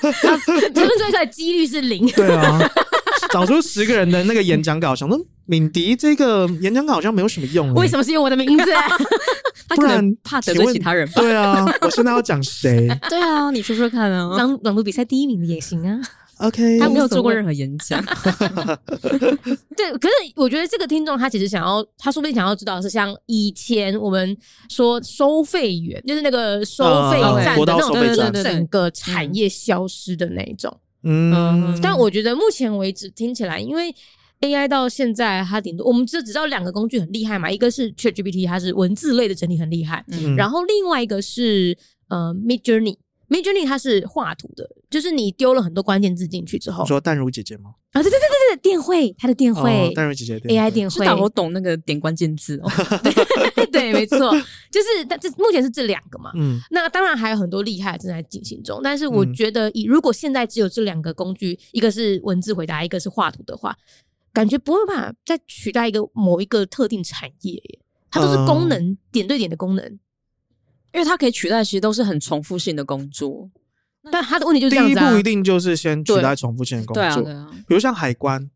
[SPEAKER 1] 论最出来几率是零。
[SPEAKER 2] 对 啊，找出十个人的那个演讲稿，想说敏迪这个演讲稿好像没有什么用、欸，
[SPEAKER 1] 为什么是用我的名字？啊
[SPEAKER 3] 他
[SPEAKER 2] 不
[SPEAKER 3] 可
[SPEAKER 2] 然
[SPEAKER 3] 能怕得
[SPEAKER 2] 请
[SPEAKER 3] 罪
[SPEAKER 2] 问
[SPEAKER 3] 其他人吧。
[SPEAKER 2] 对啊，我现在要讲谁？
[SPEAKER 3] 对啊，你说说看啊。
[SPEAKER 1] 朗朗读比赛第一名的也行啊。
[SPEAKER 2] OK，
[SPEAKER 3] 他没有
[SPEAKER 1] 无所
[SPEAKER 3] 做过
[SPEAKER 1] 谓
[SPEAKER 3] 任何演讲，
[SPEAKER 1] 对，可是我觉得这个听众他其实想要，他说不定想要知道的是像以前我们说收费员，就是那个收费
[SPEAKER 2] 啊
[SPEAKER 1] 站
[SPEAKER 2] 国
[SPEAKER 1] 的
[SPEAKER 2] 道
[SPEAKER 1] 那种，
[SPEAKER 2] 收费站
[SPEAKER 1] 就是整个产业消失的那一种。
[SPEAKER 2] 嗯，
[SPEAKER 1] 但我觉得目前为止听起来，因为 AI 到现在它顶多我们就只知道两个工具很厉害嘛，一个是 ChatGPT，它是文字类的整理很厉害，
[SPEAKER 2] 嗯
[SPEAKER 1] 然后另外一个是呃 Mid Journey。Mid Journey 它是画图的，就是你丢了很多关键字进去之后
[SPEAKER 2] 你说淡如姐姐吗？
[SPEAKER 1] 啊，对对对对对，电绘它的电绘、
[SPEAKER 2] 哦淡如姐姐
[SPEAKER 1] AI 电
[SPEAKER 3] 是
[SPEAKER 1] 绘，哎
[SPEAKER 3] 导我懂那个点关键字哦。
[SPEAKER 1] 对，没 错，就是但这目前是这两个嘛。
[SPEAKER 2] 嗯
[SPEAKER 1] 那当然还有很多厉害的正在进行中，但是我
[SPEAKER 2] 嗯
[SPEAKER 1] 觉得以如果现在只有这两个工具，一个是文字回答，一个是画图的话，感觉不会办法再取代一个某一个特定产业耶，它都是
[SPEAKER 2] 嗯
[SPEAKER 1] 功能、点对点的功能，
[SPEAKER 3] 因为它可以取代，其实都是很重复性的工作。
[SPEAKER 1] 但它的问题就是
[SPEAKER 2] 第
[SPEAKER 1] 这样
[SPEAKER 2] 一
[SPEAKER 1] 子啊
[SPEAKER 2] 步一。定就是先取代重复性的工
[SPEAKER 3] 对啊，
[SPEAKER 2] 作，
[SPEAKER 3] 对啊，
[SPEAKER 2] 比如像海关。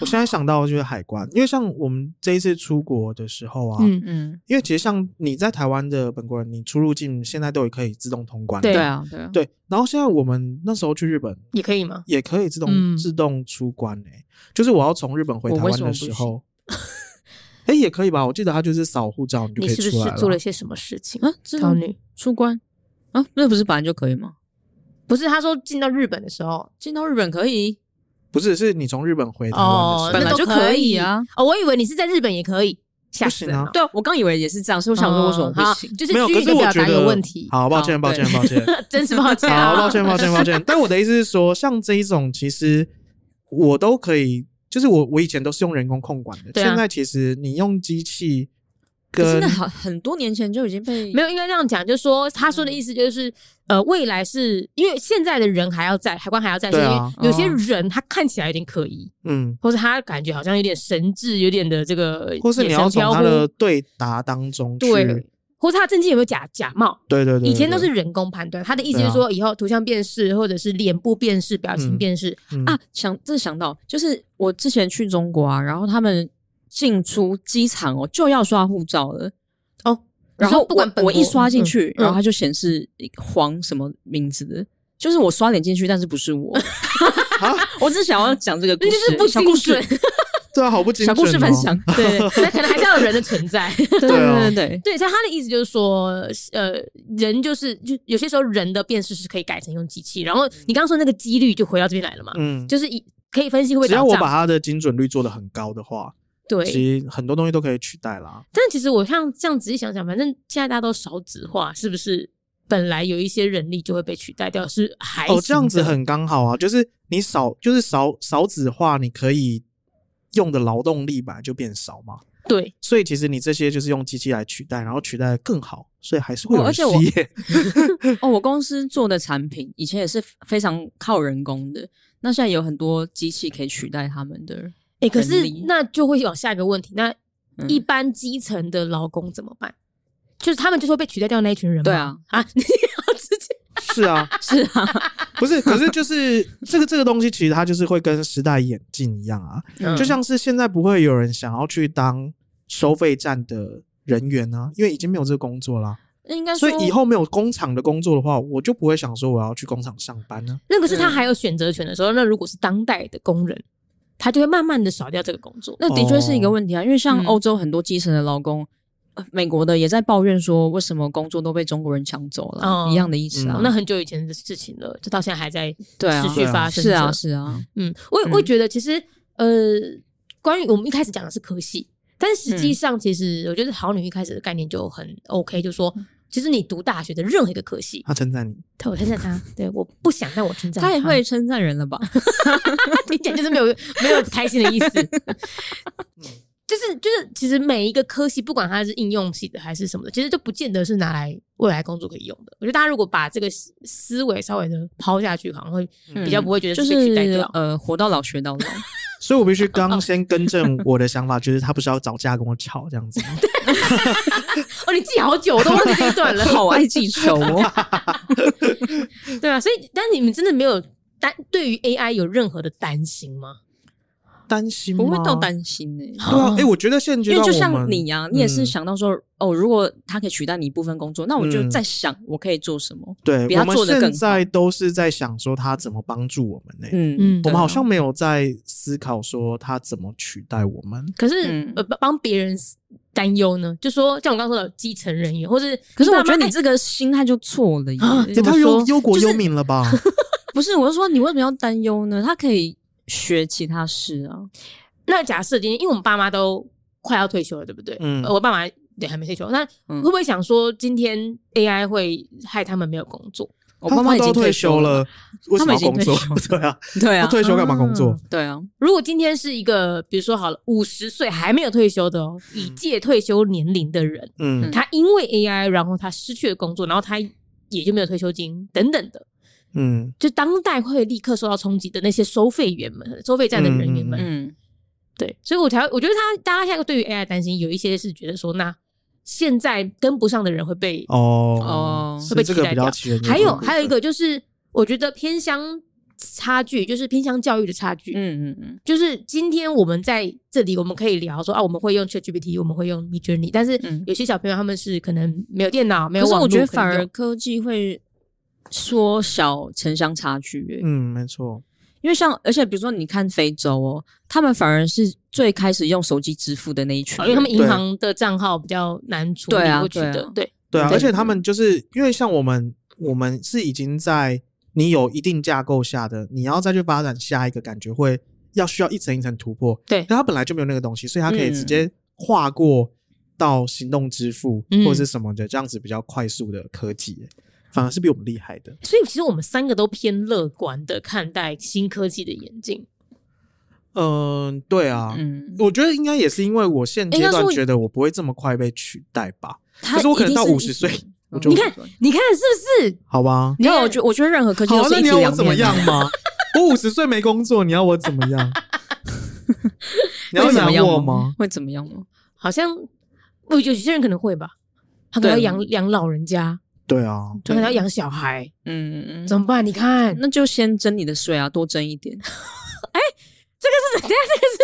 [SPEAKER 2] 我现在想到的就是海关，因为像我们这一次出国的时候啊，
[SPEAKER 1] 嗯，
[SPEAKER 3] 嗯，
[SPEAKER 2] 因为其实像你在台湾的本国人，你出入境现在都也可以自动通关，
[SPEAKER 1] 对
[SPEAKER 3] 对啊，对啊，
[SPEAKER 2] 对。然后现在我们那时候去日本
[SPEAKER 1] 也可以吗？
[SPEAKER 2] 也可以自动、
[SPEAKER 1] 嗯
[SPEAKER 2] 自动出关诶、就是我要从日本回台
[SPEAKER 3] 我为
[SPEAKER 2] 湾
[SPEAKER 3] 什
[SPEAKER 2] 的
[SPEAKER 3] 么不
[SPEAKER 2] 时
[SPEAKER 3] 行
[SPEAKER 2] 候，哎、也可以吧？我记得他就是扫护照你就
[SPEAKER 1] 你
[SPEAKER 2] 可以
[SPEAKER 1] 是不
[SPEAKER 2] 出来
[SPEAKER 1] 是做了一些什么事情？
[SPEAKER 3] 啊，这
[SPEAKER 1] 桃
[SPEAKER 3] 种
[SPEAKER 1] 女
[SPEAKER 3] 出关啊，那不是本来就可以吗？
[SPEAKER 1] 不是，他说进到日本的时候，
[SPEAKER 3] 进到日本可以，
[SPEAKER 2] 不是，是你从日本回台
[SPEAKER 1] 哦，
[SPEAKER 2] 湾的
[SPEAKER 1] 那
[SPEAKER 2] 时
[SPEAKER 3] 本
[SPEAKER 2] 候，
[SPEAKER 3] 来
[SPEAKER 1] 都
[SPEAKER 3] 就可以啊
[SPEAKER 1] 哦，我以为你是在日本也可以，吓
[SPEAKER 2] 不
[SPEAKER 1] 死
[SPEAKER 2] 行
[SPEAKER 1] 人
[SPEAKER 2] 啊
[SPEAKER 1] 了。
[SPEAKER 3] 对啊，我刚以为也是这样，所以我想说为什么
[SPEAKER 1] 嗯好
[SPEAKER 3] 不行？
[SPEAKER 1] 就是
[SPEAKER 2] 没有。
[SPEAKER 1] 句
[SPEAKER 2] 可
[SPEAKER 1] 意
[SPEAKER 2] 是
[SPEAKER 1] 的
[SPEAKER 2] 我
[SPEAKER 1] 表
[SPEAKER 2] 觉
[SPEAKER 1] 达有
[SPEAKER 2] 得
[SPEAKER 1] 问题。
[SPEAKER 2] 好，抱歉，
[SPEAKER 3] 好
[SPEAKER 2] 抱歉，
[SPEAKER 3] 对
[SPEAKER 2] 抱 歉，
[SPEAKER 1] 真是抱歉
[SPEAKER 2] 好，
[SPEAKER 1] 啊！
[SPEAKER 2] 抱歉，抱歉，抱歉。但我的意思是说，像这一种，其实我都可以，就是我我以前都是用人工控管的，
[SPEAKER 1] 对啊
[SPEAKER 2] 现在其实你用机器
[SPEAKER 3] 可是
[SPEAKER 2] 跟
[SPEAKER 3] 那好很多年前就已经被
[SPEAKER 1] 没
[SPEAKER 3] 有
[SPEAKER 1] 有，应该这样讲，就是说他说的意思就是，呃，未来是因为现在的人还要在海关还要在，
[SPEAKER 2] 对啊
[SPEAKER 1] 是因为有些人他看起来有点可疑，
[SPEAKER 2] 嗯，
[SPEAKER 1] 或是他感觉好像有点神智，有点的这个，
[SPEAKER 2] 或是你要从
[SPEAKER 1] 飘
[SPEAKER 2] 他
[SPEAKER 1] 忽，
[SPEAKER 2] 的对答当中去，
[SPEAKER 1] 对或是他证件有没有假假冒。
[SPEAKER 2] 对对对，
[SPEAKER 1] 以前都
[SPEAKER 2] 对
[SPEAKER 1] 是人工判断，他的意思
[SPEAKER 2] 对
[SPEAKER 1] 就
[SPEAKER 2] 啊
[SPEAKER 1] 是说，以后图像辨识或者是脸部辨识、表情
[SPEAKER 2] 嗯
[SPEAKER 1] 辨识，
[SPEAKER 2] 嗯
[SPEAKER 3] 啊，想这想到就是我之前去中国啊，然后他们进出机场哦就要刷护照了
[SPEAKER 1] 哦。
[SPEAKER 3] 然后
[SPEAKER 1] 你说不管
[SPEAKER 3] 我
[SPEAKER 1] 本
[SPEAKER 3] 我一
[SPEAKER 1] 国
[SPEAKER 3] 刷进
[SPEAKER 1] 嗯
[SPEAKER 3] 去，
[SPEAKER 1] 嗯
[SPEAKER 3] 然后它就显示黄什么名字的，就是我刷脸进去，但是不是我。 我只想要讲这个故
[SPEAKER 1] 那
[SPEAKER 3] 事，
[SPEAKER 1] 就是不
[SPEAKER 3] 小
[SPEAKER 1] 精
[SPEAKER 3] 故事
[SPEAKER 1] 准，，
[SPEAKER 2] 对啊，好不精
[SPEAKER 3] 小
[SPEAKER 2] 准、哦，
[SPEAKER 3] 故事分享。 对
[SPEAKER 1] 那可能还是要有人的存在。
[SPEAKER 3] 对对
[SPEAKER 2] 对啊
[SPEAKER 3] 对对对，
[SPEAKER 1] 对，所以他的意思就是说，呃，人就是就有些时候人的辨识是可以改成用机器，然后你刚刚说那个几率就回到这边来了嘛，
[SPEAKER 2] 嗯，
[SPEAKER 1] 就是以可以分析会不会
[SPEAKER 2] 只要
[SPEAKER 1] 打
[SPEAKER 2] 我
[SPEAKER 1] 仗
[SPEAKER 2] 把它的精准率做的很高的话，
[SPEAKER 1] 对。
[SPEAKER 2] 其实很多东西都可以取代啦。
[SPEAKER 1] 但其实我像这样仔细想想，反正现在大家都少子化，是不是本来有一些人力就会被取代掉？是还
[SPEAKER 2] 哦，这样
[SPEAKER 1] 行
[SPEAKER 2] 子
[SPEAKER 1] 的
[SPEAKER 2] 很刚好啊，就是你少，就是少少子化，你可以用的劳动力本来就变少嘛。
[SPEAKER 1] 对，
[SPEAKER 2] 所以其实你这些就是用机器来取代，然后取代得更好，所以还是会有
[SPEAKER 3] 哦
[SPEAKER 2] 人
[SPEAKER 3] 而且
[SPEAKER 2] 失
[SPEAKER 3] 我
[SPEAKER 2] 业。
[SPEAKER 3] 哦，我公司做的产品以前也是非常靠人工的，那现在有很多机器可以取代他们的。
[SPEAKER 1] 哎、可
[SPEAKER 3] 人
[SPEAKER 1] 是
[SPEAKER 3] 力
[SPEAKER 1] 那就会往下一个问题，那
[SPEAKER 3] 嗯
[SPEAKER 1] 一般基层的劳工怎么办？就是他们就说被取代掉那一群人嘛
[SPEAKER 3] 对啊
[SPEAKER 1] 啊， 你要直接
[SPEAKER 2] 是啊，
[SPEAKER 3] 是啊，
[SPEAKER 2] 不是，可是就是 这个这个东西，其实它就是会跟时代演进一样啊。
[SPEAKER 3] 嗯
[SPEAKER 2] 就像是现在不会有人想要去当收费站的人员啊，因为已经没有这个工作啦。
[SPEAKER 3] 应该
[SPEAKER 2] 所
[SPEAKER 3] 说
[SPEAKER 2] 以以后没有工厂的工作的话，我就不会想说我要去工厂上班啊呢、
[SPEAKER 1] 那个是他
[SPEAKER 3] 嗯
[SPEAKER 1] 还有选择权的时候，那如果是当代的工人，他就会慢慢的少掉这个工作。
[SPEAKER 3] 那的确是一个问题啊，因为像
[SPEAKER 1] 嗯
[SPEAKER 3] 欧洲很多基层的劳工。呃美国的也在抱怨说，为什么工作都被中国人抢走了，
[SPEAKER 1] 哦
[SPEAKER 3] 一样的意思啊。
[SPEAKER 1] 那很久以前的事情了，就到现在还在
[SPEAKER 3] 对啊
[SPEAKER 1] 持，续发生
[SPEAKER 3] 是
[SPEAKER 1] 着。
[SPEAKER 3] 啊，是啊，
[SPEAKER 1] 嗯，我也
[SPEAKER 3] 嗯
[SPEAKER 1] 我也觉得其实呃，关于我们一开始讲的是科系，但实
[SPEAKER 3] 嗯
[SPEAKER 1] 际上其实我觉得好女一开始的概念就很 OK，就说
[SPEAKER 3] 嗯
[SPEAKER 1] 其实你读大学的任何一个科系，
[SPEAKER 2] 他称赞你，
[SPEAKER 1] 对我称赞他，对我不想但我称赞
[SPEAKER 3] 他也会称赞人了吧？
[SPEAKER 1] 听起来就是没有没有开心的意思。就是就是，其实每一个科系，不管它是应用系的还是什么的，其实都不见得是拿来未来工作可以用的。我觉得大家如果把这个思思维稍微的抛下去，好像会嗯比较不会觉得
[SPEAKER 3] 嗯就
[SPEAKER 1] 自
[SPEAKER 3] 是
[SPEAKER 1] 己取代掉。
[SPEAKER 3] 呃，活到老学到老。。
[SPEAKER 2] 所以我必须刚先更正我的想法，就是他不是要找架跟我吵这样子吗。
[SPEAKER 1] 哦，你记好久，我都忘记这一段了
[SPEAKER 3] 好爱记仇哦。
[SPEAKER 1] 对啊，所以但你们真的没有担对于 AI 有任何的担心吗？
[SPEAKER 2] 担心吗？
[SPEAKER 3] 不会 到担心呢、
[SPEAKER 2] 对啊，哎、我觉得现阶
[SPEAKER 3] 因为
[SPEAKER 2] 段
[SPEAKER 3] 就
[SPEAKER 2] 我
[SPEAKER 3] 像
[SPEAKER 2] 们
[SPEAKER 3] 你啊呀、你也是
[SPEAKER 2] 嗯
[SPEAKER 3] 想到说，哦，如果他可以取代你一部分工作，那我就
[SPEAKER 2] 嗯
[SPEAKER 3] 在想我可以做什么。
[SPEAKER 2] 对
[SPEAKER 3] 比，他
[SPEAKER 2] 我们
[SPEAKER 3] 做得更
[SPEAKER 2] 现
[SPEAKER 3] 好
[SPEAKER 2] 在都是在想说他怎么帮助我们呢、
[SPEAKER 3] 嗯
[SPEAKER 1] 嗯
[SPEAKER 2] 我
[SPEAKER 3] 对
[SPEAKER 2] 们
[SPEAKER 3] 啊
[SPEAKER 2] 好像没有在思考说他怎么取代我们。
[SPEAKER 1] 可是、
[SPEAKER 3] 嗯
[SPEAKER 1] 呃，帮帮别人担忧呢，就说像我刚刚说的基层人员，或是
[SPEAKER 3] 可是我觉
[SPEAKER 1] 爸
[SPEAKER 3] 得
[SPEAKER 1] 妈
[SPEAKER 3] 你这个心态就错了耶。
[SPEAKER 1] 啊
[SPEAKER 2] 也
[SPEAKER 1] 怎么
[SPEAKER 2] 太忧
[SPEAKER 1] 说
[SPEAKER 2] 忧国忧民了吧？
[SPEAKER 3] 不是，我是说你为什么要担忧呢？他可以学其他事啊。
[SPEAKER 1] 那假设今天，因为我们爸妈都快要退休了，对不对？
[SPEAKER 2] 嗯
[SPEAKER 1] 嗯，我爸妈对还没退休，那
[SPEAKER 3] 嗯
[SPEAKER 1] 会不会想说今天 AI 会害他们没有工作？
[SPEAKER 3] 我
[SPEAKER 2] 他
[SPEAKER 3] 爸妈
[SPEAKER 2] 他
[SPEAKER 3] 已
[SPEAKER 2] 都
[SPEAKER 3] 经
[SPEAKER 2] 退
[SPEAKER 3] 休
[SPEAKER 2] 了，，为什
[SPEAKER 3] 他
[SPEAKER 2] 么
[SPEAKER 3] 们
[SPEAKER 2] 要
[SPEAKER 3] 已
[SPEAKER 2] 工
[SPEAKER 3] 经
[SPEAKER 2] 作
[SPEAKER 3] 退？
[SPEAKER 2] 对啊，
[SPEAKER 3] 对
[SPEAKER 2] 他
[SPEAKER 3] 啊，
[SPEAKER 2] 退休干嘛工作？
[SPEAKER 3] 对啊，
[SPEAKER 1] 如果今天是一个，比如说好了，五十岁还没有退休的哦，已
[SPEAKER 3] 嗯
[SPEAKER 1] 届退休年龄的人，
[SPEAKER 2] 嗯
[SPEAKER 1] 他因为 AI，然后他失去了工作，然后他也就没有退休金等等的，
[SPEAKER 2] 嗯，
[SPEAKER 1] 就当代会立刻受到冲击的那些收费员们、收费站的人员们，
[SPEAKER 3] 嗯，
[SPEAKER 1] 对，所以我才会我觉得他大家现在对于 AI 的担心，有一些是觉得说，那现在跟不上的人会被
[SPEAKER 2] 哦
[SPEAKER 3] 哦
[SPEAKER 2] 是
[SPEAKER 1] 会被
[SPEAKER 2] 这个
[SPEAKER 1] 取代
[SPEAKER 2] 比较
[SPEAKER 1] 掉
[SPEAKER 2] 起
[SPEAKER 3] 嗯
[SPEAKER 2] 源于
[SPEAKER 1] 还
[SPEAKER 2] 这
[SPEAKER 1] 有
[SPEAKER 2] 部
[SPEAKER 1] 还有一
[SPEAKER 2] 分，
[SPEAKER 1] 个就是，我觉得偏乡差距，就是偏乡教育的差距。
[SPEAKER 3] 嗯嗯嗯
[SPEAKER 1] 就是今天我们在这里，我们可以聊说啊，我们会用 ChatGPT，我们会用 Midjourney，但是
[SPEAKER 3] 嗯
[SPEAKER 1] 有些小朋友他们是可能没有电脑，没
[SPEAKER 3] 可
[SPEAKER 1] 有
[SPEAKER 3] 是
[SPEAKER 1] 网
[SPEAKER 3] 我
[SPEAKER 1] 络
[SPEAKER 3] 觉
[SPEAKER 1] 可以
[SPEAKER 3] 得
[SPEAKER 1] 用，
[SPEAKER 3] 反而科技会缩小城乡差距、欸，
[SPEAKER 2] 嗯，没错，
[SPEAKER 3] 因为像而且比如说你看非洲哦，他们反而是最开始用手机支付的那一群
[SPEAKER 1] 哦
[SPEAKER 2] 哎
[SPEAKER 3] 人，
[SPEAKER 1] 因为他们银
[SPEAKER 2] 对
[SPEAKER 1] 行的账号比较难处
[SPEAKER 3] 对
[SPEAKER 1] 理
[SPEAKER 3] 啊
[SPEAKER 1] 过去
[SPEAKER 3] 对啊
[SPEAKER 1] 的，对，
[SPEAKER 2] 对啊，
[SPEAKER 3] 对
[SPEAKER 2] 而且他们就是因为像我们，我们是已经在你有一定架构下的，你要再去发展下一个，感觉会要需要一层一层突破。
[SPEAKER 1] 对
[SPEAKER 2] 但他本来就没有那个东西，所以他可以直
[SPEAKER 3] 嗯
[SPEAKER 2] 接跨过到行动支付
[SPEAKER 1] 嗯
[SPEAKER 2] 或者是什么的，这样子比较快速的科技耶，反而是比我们厉害的。
[SPEAKER 1] 所以其实我们三个都偏乐观的看待新科技的演进。
[SPEAKER 2] 嗯，对啊，
[SPEAKER 3] 嗯，
[SPEAKER 2] 我觉得应该也是因为我现阶
[SPEAKER 3] 应该
[SPEAKER 2] 段
[SPEAKER 3] 说
[SPEAKER 2] 觉得我不会这么快被取代吧？
[SPEAKER 3] 他
[SPEAKER 2] 可是我可能
[SPEAKER 3] 一定
[SPEAKER 2] 到
[SPEAKER 3] 是
[SPEAKER 2] 50
[SPEAKER 3] 一
[SPEAKER 2] 岁
[SPEAKER 3] 群
[SPEAKER 2] 我
[SPEAKER 3] 嗯
[SPEAKER 2] 就
[SPEAKER 1] 你看，你看是不是？
[SPEAKER 2] 好吧，
[SPEAKER 3] 你看，我觉我觉得任何科技
[SPEAKER 2] 好
[SPEAKER 3] 都
[SPEAKER 2] 啊，
[SPEAKER 3] 是
[SPEAKER 2] 那
[SPEAKER 3] 一
[SPEAKER 2] 你
[SPEAKER 3] 体
[SPEAKER 2] 要我
[SPEAKER 3] 两
[SPEAKER 2] 怎么
[SPEAKER 3] 面的
[SPEAKER 2] 样吗？我五十岁没工作，你要我怎么样？ 你要
[SPEAKER 3] 会怎么
[SPEAKER 2] 养
[SPEAKER 3] 样
[SPEAKER 2] 我吗？？
[SPEAKER 3] 会怎么样吗？
[SPEAKER 1] 好像我有些人可能会吧，他可能要
[SPEAKER 3] 对
[SPEAKER 1] 养养老人家，
[SPEAKER 2] 对啊，
[SPEAKER 1] 他可能要养小孩，
[SPEAKER 3] 嗯嗯
[SPEAKER 1] 怎
[SPEAKER 3] 嗯，
[SPEAKER 1] 么办？你看，
[SPEAKER 3] 那就先征你的税啊，多征一点。
[SPEAKER 2] 嗯
[SPEAKER 1] 这等一下这个是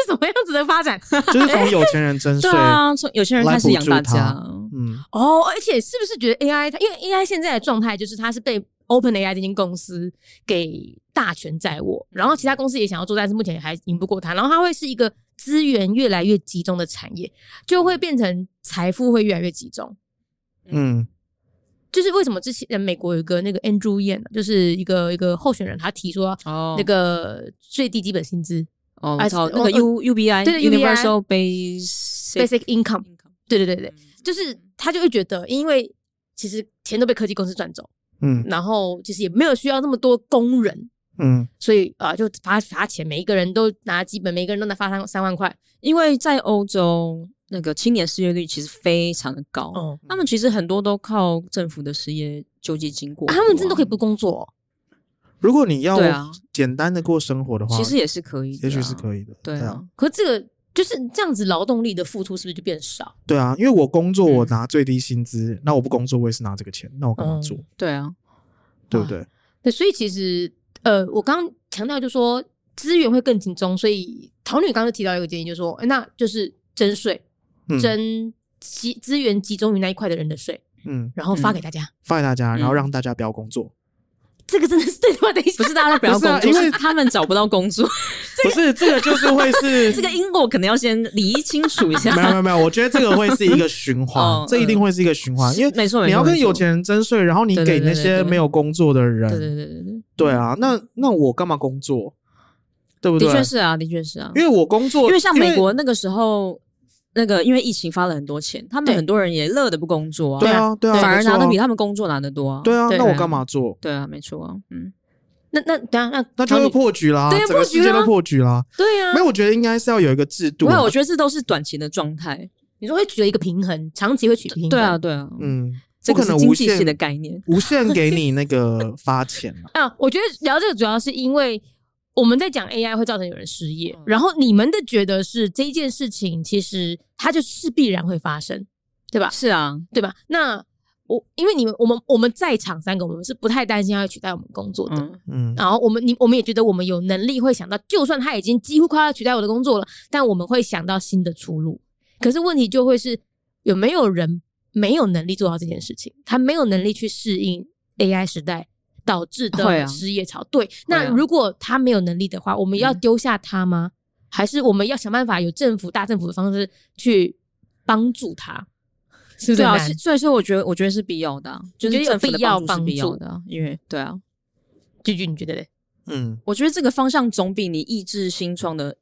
[SPEAKER 1] 什么样子的发展？
[SPEAKER 2] 就是从有钱人 征税
[SPEAKER 3] 对。啊，从有些人开始养大家啊，
[SPEAKER 2] 嗯，
[SPEAKER 1] 哦，而且是不是觉得 AI 它因为 AI 现在的状态就是它是被 OpenAI 这间公司给大权在握，然后其他公司也想要做，但是目前还赢不过它，然后它会是一个资源越来越集中的产业，就会变成财富会越来越集中。
[SPEAKER 2] 嗯，
[SPEAKER 1] 就是为什么之前呃美国有一个那个 Andrew Yang，就是一个一个候选人，他提出要
[SPEAKER 3] 哦
[SPEAKER 1] 那个最低基本薪资
[SPEAKER 3] 哦，
[SPEAKER 1] 啊
[SPEAKER 3] 我操，那
[SPEAKER 1] 哦
[SPEAKER 3] 个 U U B I
[SPEAKER 1] 对对 UBI
[SPEAKER 3] Universal Basic
[SPEAKER 1] basic income，
[SPEAKER 3] Income，
[SPEAKER 1] 对对对对，
[SPEAKER 3] 嗯
[SPEAKER 1] 就是他就会觉得，因为其实钱都被科技公司赚走，
[SPEAKER 2] 嗯
[SPEAKER 1] 然后其实也没有需要那么多工人，
[SPEAKER 2] 嗯
[SPEAKER 1] 所以啊、呃就罚罚钱，每一个人都拿基本，每一个人都拿发三三万块，
[SPEAKER 3] 因为在欧洲那个青年失业率其实非常的高，
[SPEAKER 1] 哦、
[SPEAKER 3] 他们其实很多都靠政府的失业救济金过、
[SPEAKER 1] 啊他们真的可以不。工作、哦，
[SPEAKER 2] 如果你要
[SPEAKER 3] 对啊
[SPEAKER 2] 简单的过生活的话，
[SPEAKER 3] 其实也是可以的啊、
[SPEAKER 2] 也许是可以的。
[SPEAKER 3] 对
[SPEAKER 2] 啊
[SPEAKER 3] 啊，，
[SPEAKER 1] 可是这个就是这样子，劳动力的付出是不是就变少？
[SPEAKER 2] 对啊，因为我工作我
[SPEAKER 3] 嗯
[SPEAKER 2] 拿最低薪资，那我不工作我也是拿这个钱，那我干嘛
[SPEAKER 1] 嗯
[SPEAKER 2] 做？
[SPEAKER 3] 对啊，
[SPEAKER 2] 对不对？
[SPEAKER 1] 对，所以其实呃，我刚刚强调就说资源会更集中，所以桃女刚刚就提到一个建议，就是说，诶那就是征税，
[SPEAKER 2] 嗯
[SPEAKER 1] 征集资源集中于那一块的人的税，
[SPEAKER 2] 嗯，
[SPEAKER 1] 然后发给大家。
[SPEAKER 2] 发给大家，然后
[SPEAKER 3] 嗯
[SPEAKER 2] 让大家不要工作。
[SPEAKER 1] 这个真的是对的吗？等一下
[SPEAKER 3] 不，是大家都不要
[SPEAKER 2] 不是啊
[SPEAKER 3] 工作，
[SPEAKER 2] 因为
[SPEAKER 3] 是他们找不到工作，
[SPEAKER 2] 不是这个，就是会是
[SPEAKER 3] 这个因果可能要先理清楚一 下。
[SPEAKER 2] 没有没有没有，我觉得这个会是一个循环
[SPEAKER 3] 哦，
[SPEAKER 2] 这一定会是一个循环，因为
[SPEAKER 3] 嗯没错，
[SPEAKER 2] 你要跟
[SPEAKER 3] 没错
[SPEAKER 2] 有，钱人征税，然后你
[SPEAKER 3] 对
[SPEAKER 2] 给
[SPEAKER 3] 对
[SPEAKER 2] 那
[SPEAKER 3] 对对
[SPEAKER 2] 些
[SPEAKER 3] 对
[SPEAKER 2] 没有工作的
[SPEAKER 3] 没错对
[SPEAKER 2] 人，
[SPEAKER 3] 对对对对，
[SPEAKER 2] 对啊，那那我干嘛工作？对不对？
[SPEAKER 3] 的确，是啊，的确是啊，
[SPEAKER 2] 因为我工作，
[SPEAKER 3] 因为像美国那个时候，那个因为疫情发了很多钱，他们
[SPEAKER 1] 对
[SPEAKER 3] 很多人也乐得不工作啊，
[SPEAKER 2] 对啊对啊，
[SPEAKER 3] 反而
[SPEAKER 2] 没错啊
[SPEAKER 3] 拿的比他们工作拿的多啊。
[SPEAKER 2] 对啊，
[SPEAKER 1] 对
[SPEAKER 2] 那我干嘛做？
[SPEAKER 3] 对啊，没错啊，嗯，
[SPEAKER 1] 那那等一下那
[SPEAKER 2] 那就
[SPEAKER 1] 桃
[SPEAKER 2] 会
[SPEAKER 1] 女
[SPEAKER 2] 破局啦，
[SPEAKER 1] 对啊
[SPEAKER 2] 整个
[SPEAKER 1] 破局
[SPEAKER 2] 世界都
[SPEAKER 1] 啦
[SPEAKER 2] 破局啦。
[SPEAKER 1] 对啊
[SPEAKER 2] 没，有，我觉得应该是要有一个制度啊
[SPEAKER 3] 不
[SPEAKER 2] 啦。
[SPEAKER 3] 会，嗯我觉得这都是短期的状态。
[SPEAKER 1] 你说会取得一个平衡，长期会取得平衡。
[SPEAKER 3] 对啊，，对啊，嗯，
[SPEAKER 2] 嗯，
[SPEAKER 3] 这
[SPEAKER 2] 不
[SPEAKER 3] 个
[SPEAKER 2] 可
[SPEAKER 3] 是
[SPEAKER 2] 能
[SPEAKER 3] 经
[SPEAKER 2] 无
[SPEAKER 3] 济系
[SPEAKER 2] 限
[SPEAKER 3] 的概念。
[SPEAKER 2] 无限给你那个发钱啊。
[SPEAKER 1] 啊，我觉得聊这个主要是因为我们在讲 AI 会造成有人失业，
[SPEAKER 3] 嗯
[SPEAKER 1] 然后你们的觉得是这一件事情，其实它就是必然会发生，对吧？
[SPEAKER 3] 是啊，
[SPEAKER 1] 对吧？那我因为你们我们我们在场三个，我们是不太担心他会取代我们工作的。
[SPEAKER 3] 嗯，
[SPEAKER 2] 嗯，
[SPEAKER 1] 然后我们你我们也觉得我们有能力会想到，就算他已经几乎快要取代我的工作了，但我们会想到新的出路。可是问题就会是有没有人没有能力做到这件事情？他没有能力去适应 AI 时代导致
[SPEAKER 3] 会
[SPEAKER 1] 的
[SPEAKER 3] 啊
[SPEAKER 1] 失业潮。对，那
[SPEAKER 3] 会啊
[SPEAKER 1] 如果他没有能力的话，我们要丢下他吗？还是我们要想办法有政府大政府的方式去帮助他？是不是
[SPEAKER 3] 对
[SPEAKER 1] 很
[SPEAKER 3] 啊，
[SPEAKER 1] 难
[SPEAKER 3] 是所以说我觉得我觉得是必要的、啊，就
[SPEAKER 1] 你觉
[SPEAKER 3] 是
[SPEAKER 1] 得有
[SPEAKER 3] 政府的
[SPEAKER 1] 必要
[SPEAKER 3] 帮助是
[SPEAKER 1] 帮
[SPEAKER 3] 必要
[SPEAKER 1] 助
[SPEAKER 3] 的啊、因为对啊，
[SPEAKER 1] 句句你觉得嘞？
[SPEAKER 2] 嗯，
[SPEAKER 3] 我觉得这个方向总比你抑制新创的、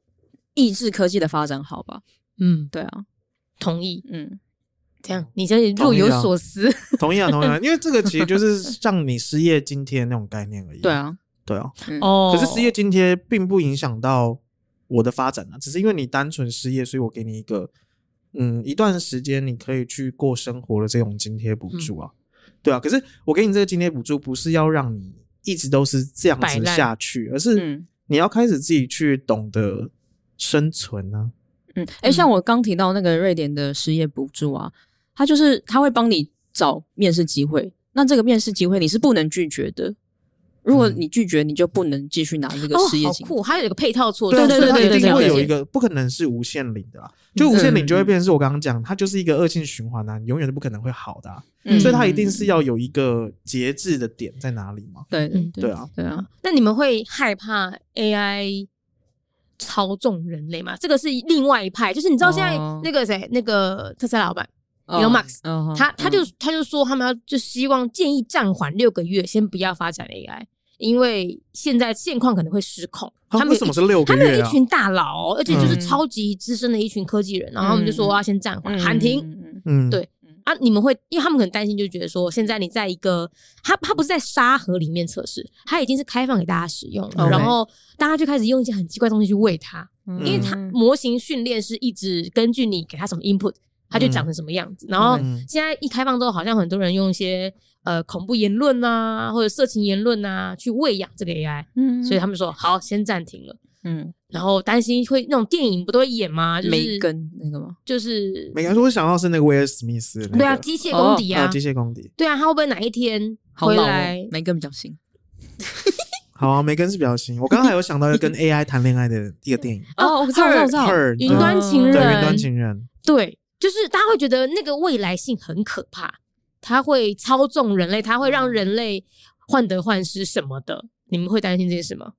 [SPEAKER 3] 抑制科技的发展好吧？
[SPEAKER 1] 嗯，
[SPEAKER 3] 对啊，
[SPEAKER 1] 同意。
[SPEAKER 3] 嗯，
[SPEAKER 1] 这样你真是若有
[SPEAKER 2] 同意啊
[SPEAKER 1] 所思。
[SPEAKER 2] 同意啊，同意啊，因为这个其实就是像你失业津贴那种概念而已。
[SPEAKER 3] 对，啊，
[SPEAKER 2] 对啊。
[SPEAKER 1] 哦
[SPEAKER 2] 可是失业津贴并不影响到我的发展啊，只是因为你单纯失业，所以我给你一个嗯一段时间你可以去过生活的这种津贴补助啊，对啊。可是我给你这个津贴补助，不是要让你一直都是这样
[SPEAKER 1] 摆
[SPEAKER 2] 子
[SPEAKER 1] 烂
[SPEAKER 2] 下去，而是
[SPEAKER 3] 嗯
[SPEAKER 2] 你要开始自己去懂得生存啊。
[SPEAKER 3] 嗯，哎、像我刚提到那个瑞典的失业补助啊，他就是他会帮你找面试机会，那这个面试机会你是不能拒绝的，如果
[SPEAKER 2] 嗯
[SPEAKER 3] 你拒绝，你就不能继续拿这个
[SPEAKER 1] 哦，
[SPEAKER 3] 失业
[SPEAKER 1] 好
[SPEAKER 3] 金。
[SPEAKER 1] 酷，它有一个配套措施，
[SPEAKER 2] 对啊
[SPEAKER 3] 对
[SPEAKER 2] 所以它
[SPEAKER 3] 对对
[SPEAKER 2] 一定
[SPEAKER 3] 对
[SPEAKER 2] 会
[SPEAKER 3] 对
[SPEAKER 2] 有
[SPEAKER 3] 对
[SPEAKER 2] 一个，不可能是无限领的啦。啊就无限领就会变成是我刚刚讲，它就是一个恶性循环啊，你永远都不可能会好的啊、
[SPEAKER 1] 嗯
[SPEAKER 2] 所以它一定是要有一个节制的点在哪里嘛？
[SPEAKER 3] 对对
[SPEAKER 1] 嗯
[SPEAKER 3] 对
[SPEAKER 2] 对啊，
[SPEAKER 3] 对啊，
[SPEAKER 1] 那你们会害怕 AI 操纵人类吗？这个是另外一派，就是你知道现在
[SPEAKER 3] 哦
[SPEAKER 1] 那个谁，那个特斯拉老板，
[SPEAKER 3] 哦
[SPEAKER 1] Elon Musk，
[SPEAKER 3] 嗯哼
[SPEAKER 1] 他他就
[SPEAKER 3] 嗯
[SPEAKER 1] 他就说他们要就希望建议暂缓六个月，先不要发展 AI，因为现在现况可能会失控。
[SPEAKER 2] 啊
[SPEAKER 1] 他们
[SPEAKER 2] 为
[SPEAKER 1] 有
[SPEAKER 2] 什
[SPEAKER 1] 一
[SPEAKER 2] 么是六
[SPEAKER 1] 他
[SPEAKER 2] 个
[SPEAKER 1] 们有
[SPEAKER 2] 月
[SPEAKER 1] 一
[SPEAKER 2] 啊？
[SPEAKER 1] 群大佬，而且就是
[SPEAKER 3] 嗯
[SPEAKER 1] 超级资深的一群科技人，然后他们就说
[SPEAKER 3] 嗯
[SPEAKER 1] 要先暂缓、喊停，
[SPEAKER 3] 嗯嗯嗯
[SPEAKER 2] 嗯，
[SPEAKER 1] 对啊，你们会，因为他们可能担心，就觉得说，现在你在一个，它它不是在沙盒里面测试，它已经是开放给大家使用了，
[SPEAKER 2] 哦
[SPEAKER 3] OK
[SPEAKER 1] 然后大家就开始用一些很奇怪的东西去喂它，
[SPEAKER 3] 嗯
[SPEAKER 1] 因为它
[SPEAKER 3] 嗯
[SPEAKER 1] 模型训练是一直根据你给它什么 input，它就长成什么样子。然后
[SPEAKER 2] 嗯
[SPEAKER 1] 现在一开放之后，好像很多人用一些呃恐怖言论啊，或者色情言论啊，去喂养这个 AI，
[SPEAKER 3] 嗯
[SPEAKER 1] 所以他们说好，先暂停了。
[SPEAKER 3] 嗯
[SPEAKER 1] 然后担心会那种电影不都会演吗？就
[SPEAKER 3] 梅
[SPEAKER 1] 是
[SPEAKER 3] 根那个吗？
[SPEAKER 1] 就是
[SPEAKER 2] 每个人说我想到是那个威尔史密斯的那个，
[SPEAKER 1] 对啊，机械公敌
[SPEAKER 2] 啊
[SPEAKER 1] 啊，
[SPEAKER 2] 机械公敌。
[SPEAKER 1] 对啊，他会不会哪一天
[SPEAKER 3] 好
[SPEAKER 1] 回
[SPEAKER 3] 老哦
[SPEAKER 1] 来？
[SPEAKER 3] 梅根比较新。
[SPEAKER 2] 好啊，梅根是比较新。我刚刚还有想到要跟 AI 谈恋爱的一个电影，
[SPEAKER 3] 哦，我知道，我知道，我知道，
[SPEAKER 2] Her，
[SPEAKER 1] 云端情
[SPEAKER 2] 对
[SPEAKER 1] 人
[SPEAKER 2] 《云端情人
[SPEAKER 1] 对，就是大家会觉得那个未来性很可怕，它会操纵人类，它会让人类患得患失什么的。你们会担心这些事吗？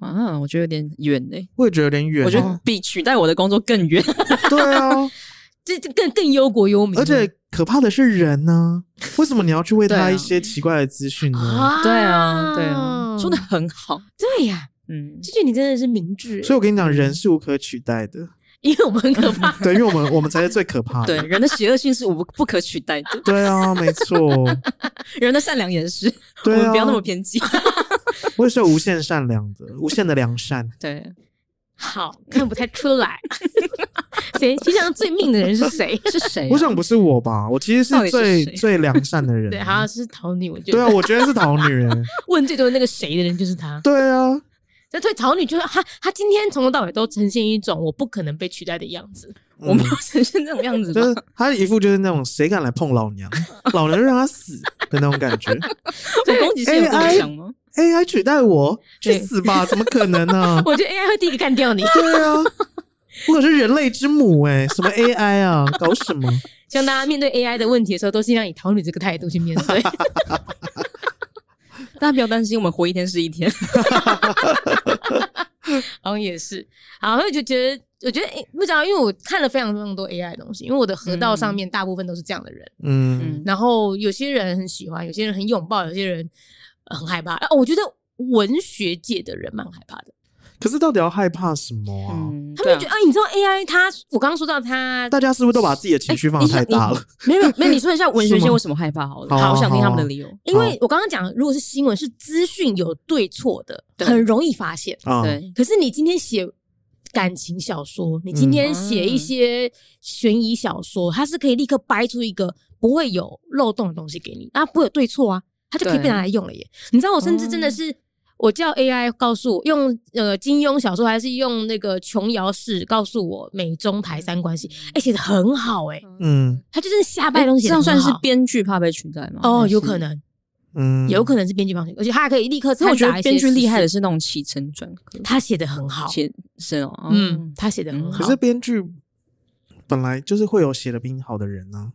[SPEAKER 3] 啊，我觉得有点远嘞、》，
[SPEAKER 2] 我也觉得有点远哦。
[SPEAKER 3] 我觉得比取代我的工作更 远。
[SPEAKER 2] 对啊，
[SPEAKER 1] 这这更更忧国忧民了，
[SPEAKER 2] 而且可怕的是人呢、为什么你要去喂
[SPEAKER 3] 对啊
[SPEAKER 2] 他一些奇怪的资讯呢？
[SPEAKER 1] 啊，
[SPEAKER 3] 对啊，对啊，说的很好。
[SPEAKER 1] 对呀、
[SPEAKER 3] 嗯，
[SPEAKER 1] 这句你真的是明智欸，
[SPEAKER 2] 所以我跟你讲，人是无可取代的，。
[SPEAKER 1] 因为我们很可怕
[SPEAKER 2] 对，因为我们我们才是最可怕
[SPEAKER 3] 对
[SPEAKER 2] 的，，
[SPEAKER 3] 人的邪恶性是无不可取代的，
[SPEAKER 2] 对啊，没错，
[SPEAKER 3] 人的善良也是。
[SPEAKER 2] 对
[SPEAKER 3] 我
[SPEAKER 2] 啊，
[SPEAKER 3] 们不要那么偏激。
[SPEAKER 2] 我也是有无限善良的，无限的良善，
[SPEAKER 3] 对，
[SPEAKER 1] 好看不太出来，谁平常最命的人是谁？
[SPEAKER 3] 是谁啊、
[SPEAKER 2] 我想不是我吧，我其实
[SPEAKER 3] 到底
[SPEAKER 2] 是
[SPEAKER 3] 是
[SPEAKER 2] 最
[SPEAKER 3] 谁
[SPEAKER 2] 最良善的人，啊
[SPEAKER 1] 对，好像是桃女，我觉
[SPEAKER 2] 对啊，
[SPEAKER 1] 得
[SPEAKER 2] 我觉得是桃女人，
[SPEAKER 1] 问最多的那个谁的人就是他。
[SPEAKER 2] 对啊，
[SPEAKER 1] 但对桃女就是她，她今天从头到尾都呈现一种我不可能被取代的样子。
[SPEAKER 3] 我
[SPEAKER 2] 嗯
[SPEAKER 3] 们要呈现这种样子吧
[SPEAKER 2] 就？是她一副就是那种谁敢来碰老娘，老娘就让她死的那种感觉。
[SPEAKER 3] 我攻击性有这么强
[SPEAKER 2] 哎
[SPEAKER 3] 吗？
[SPEAKER 2] AI 取代我，去
[SPEAKER 1] 对
[SPEAKER 2] 死吧！怎么可能呢、
[SPEAKER 1] 我觉得 AI 会第一个干掉你，
[SPEAKER 2] 对啊，我可是人类之母哎、什么 AI 啊，搞什么？
[SPEAKER 1] 希望大家面对 AI 的问题的时候，都尽量以桃女这个态度去面 对。
[SPEAKER 2] 哎
[SPEAKER 3] 大家不要担心，我们活一天是一天。
[SPEAKER 1] 好像也是，好，我就觉得，我觉得、诶不知道，因为我看了非常非常多 AI 的东西，因为我的河道上面大部分都是这样的人。
[SPEAKER 2] 嗯，
[SPEAKER 3] 嗯，
[SPEAKER 1] 然后有些人很喜欢，有些人很拥抱，有些人呃很害怕。哦，我觉得文学界的人蛮害怕的，
[SPEAKER 2] 可是到底要害怕什么啊？
[SPEAKER 3] 嗯，
[SPEAKER 1] 他们
[SPEAKER 3] 对啊
[SPEAKER 1] 就觉得啊，你知道 AI 它，我刚刚说到它
[SPEAKER 2] 大家是不是都把自己的情绪放得太大了？
[SPEAKER 3] 没有没有，你说一下文学
[SPEAKER 2] 是
[SPEAKER 3] 界
[SPEAKER 2] 吗
[SPEAKER 3] 为什么害怕好了，
[SPEAKER 2] 好啊
[SPEAKER 3] 好想听他们
[SPEAKER 2] 好啊
[SPEAKER 3] 的理由。
[SPEAKER 1] 因为我刚刚讲，如果是新闻是资讯有对错的，
[SPEAKER 3] 对
[SPEAKER 1] 很容易发现。
[SPEAKER 2] 啊，
[SPEAKER 3] 对，
[SPEAKER 1] 可是你今天写感情小说，你今
[SPEAKER 3] 嗯
[SPEAKER 1] 天写一些悬疑小说，它是可以立刻掰出一个不会有漏洞的东西给你，啊，不会有对错啊，它就可以
[SPEAKER 3] 对哦
[SPEAKER 1] 被拿来用了耶。你知道，我甚至真的是。我叫 AI 告诉我，用呃金庸小说还是用那个琼瑶式告诉我美中台三关系，哎、写的很好哎、
[SPEAKER 2] 嗯
[SPEAKER 1] 他就是瞎掰的东西写
[SPEAKER 3] 嗯哎这
[SPEAKER 1] 得
[SPEAKER 3] 样
[SPEAKER 1] 很
[SPEAKER 3] 算是
[SPEAKER 1] 好
[SPEAKER 3] 编剧怕被取代吗？
[SPEAKER 1] 哦，
[SPEAKER 3] 还是
[SPEAKER 1] 有可。能，
[SPEAKER 2] 嗯，
[SPEAKER 1] 有可能是编剧方式，而且他还可以立刻
[SPEAKER 3] 可是我
[SPEAKER 1] 掺
[SPEAKER 3] 觉
[SPEAKER 1] 杂
[SPEAKER 3] 得
[SPEAKER 1] 一些
[SPEAKER 3] 编剧厉害的
[SPEAKER 1] 时
[SPEAKER 3] 是那种起承转合
[SPEAKER 1] 事，，他写的很好，
[SPEAKER 3] 写是哦，哦
[SPEAKER 1] 嗯，，他写的很好，
[SPEAKER 2] 可是编剧本来就是会有写的比你好的人啊。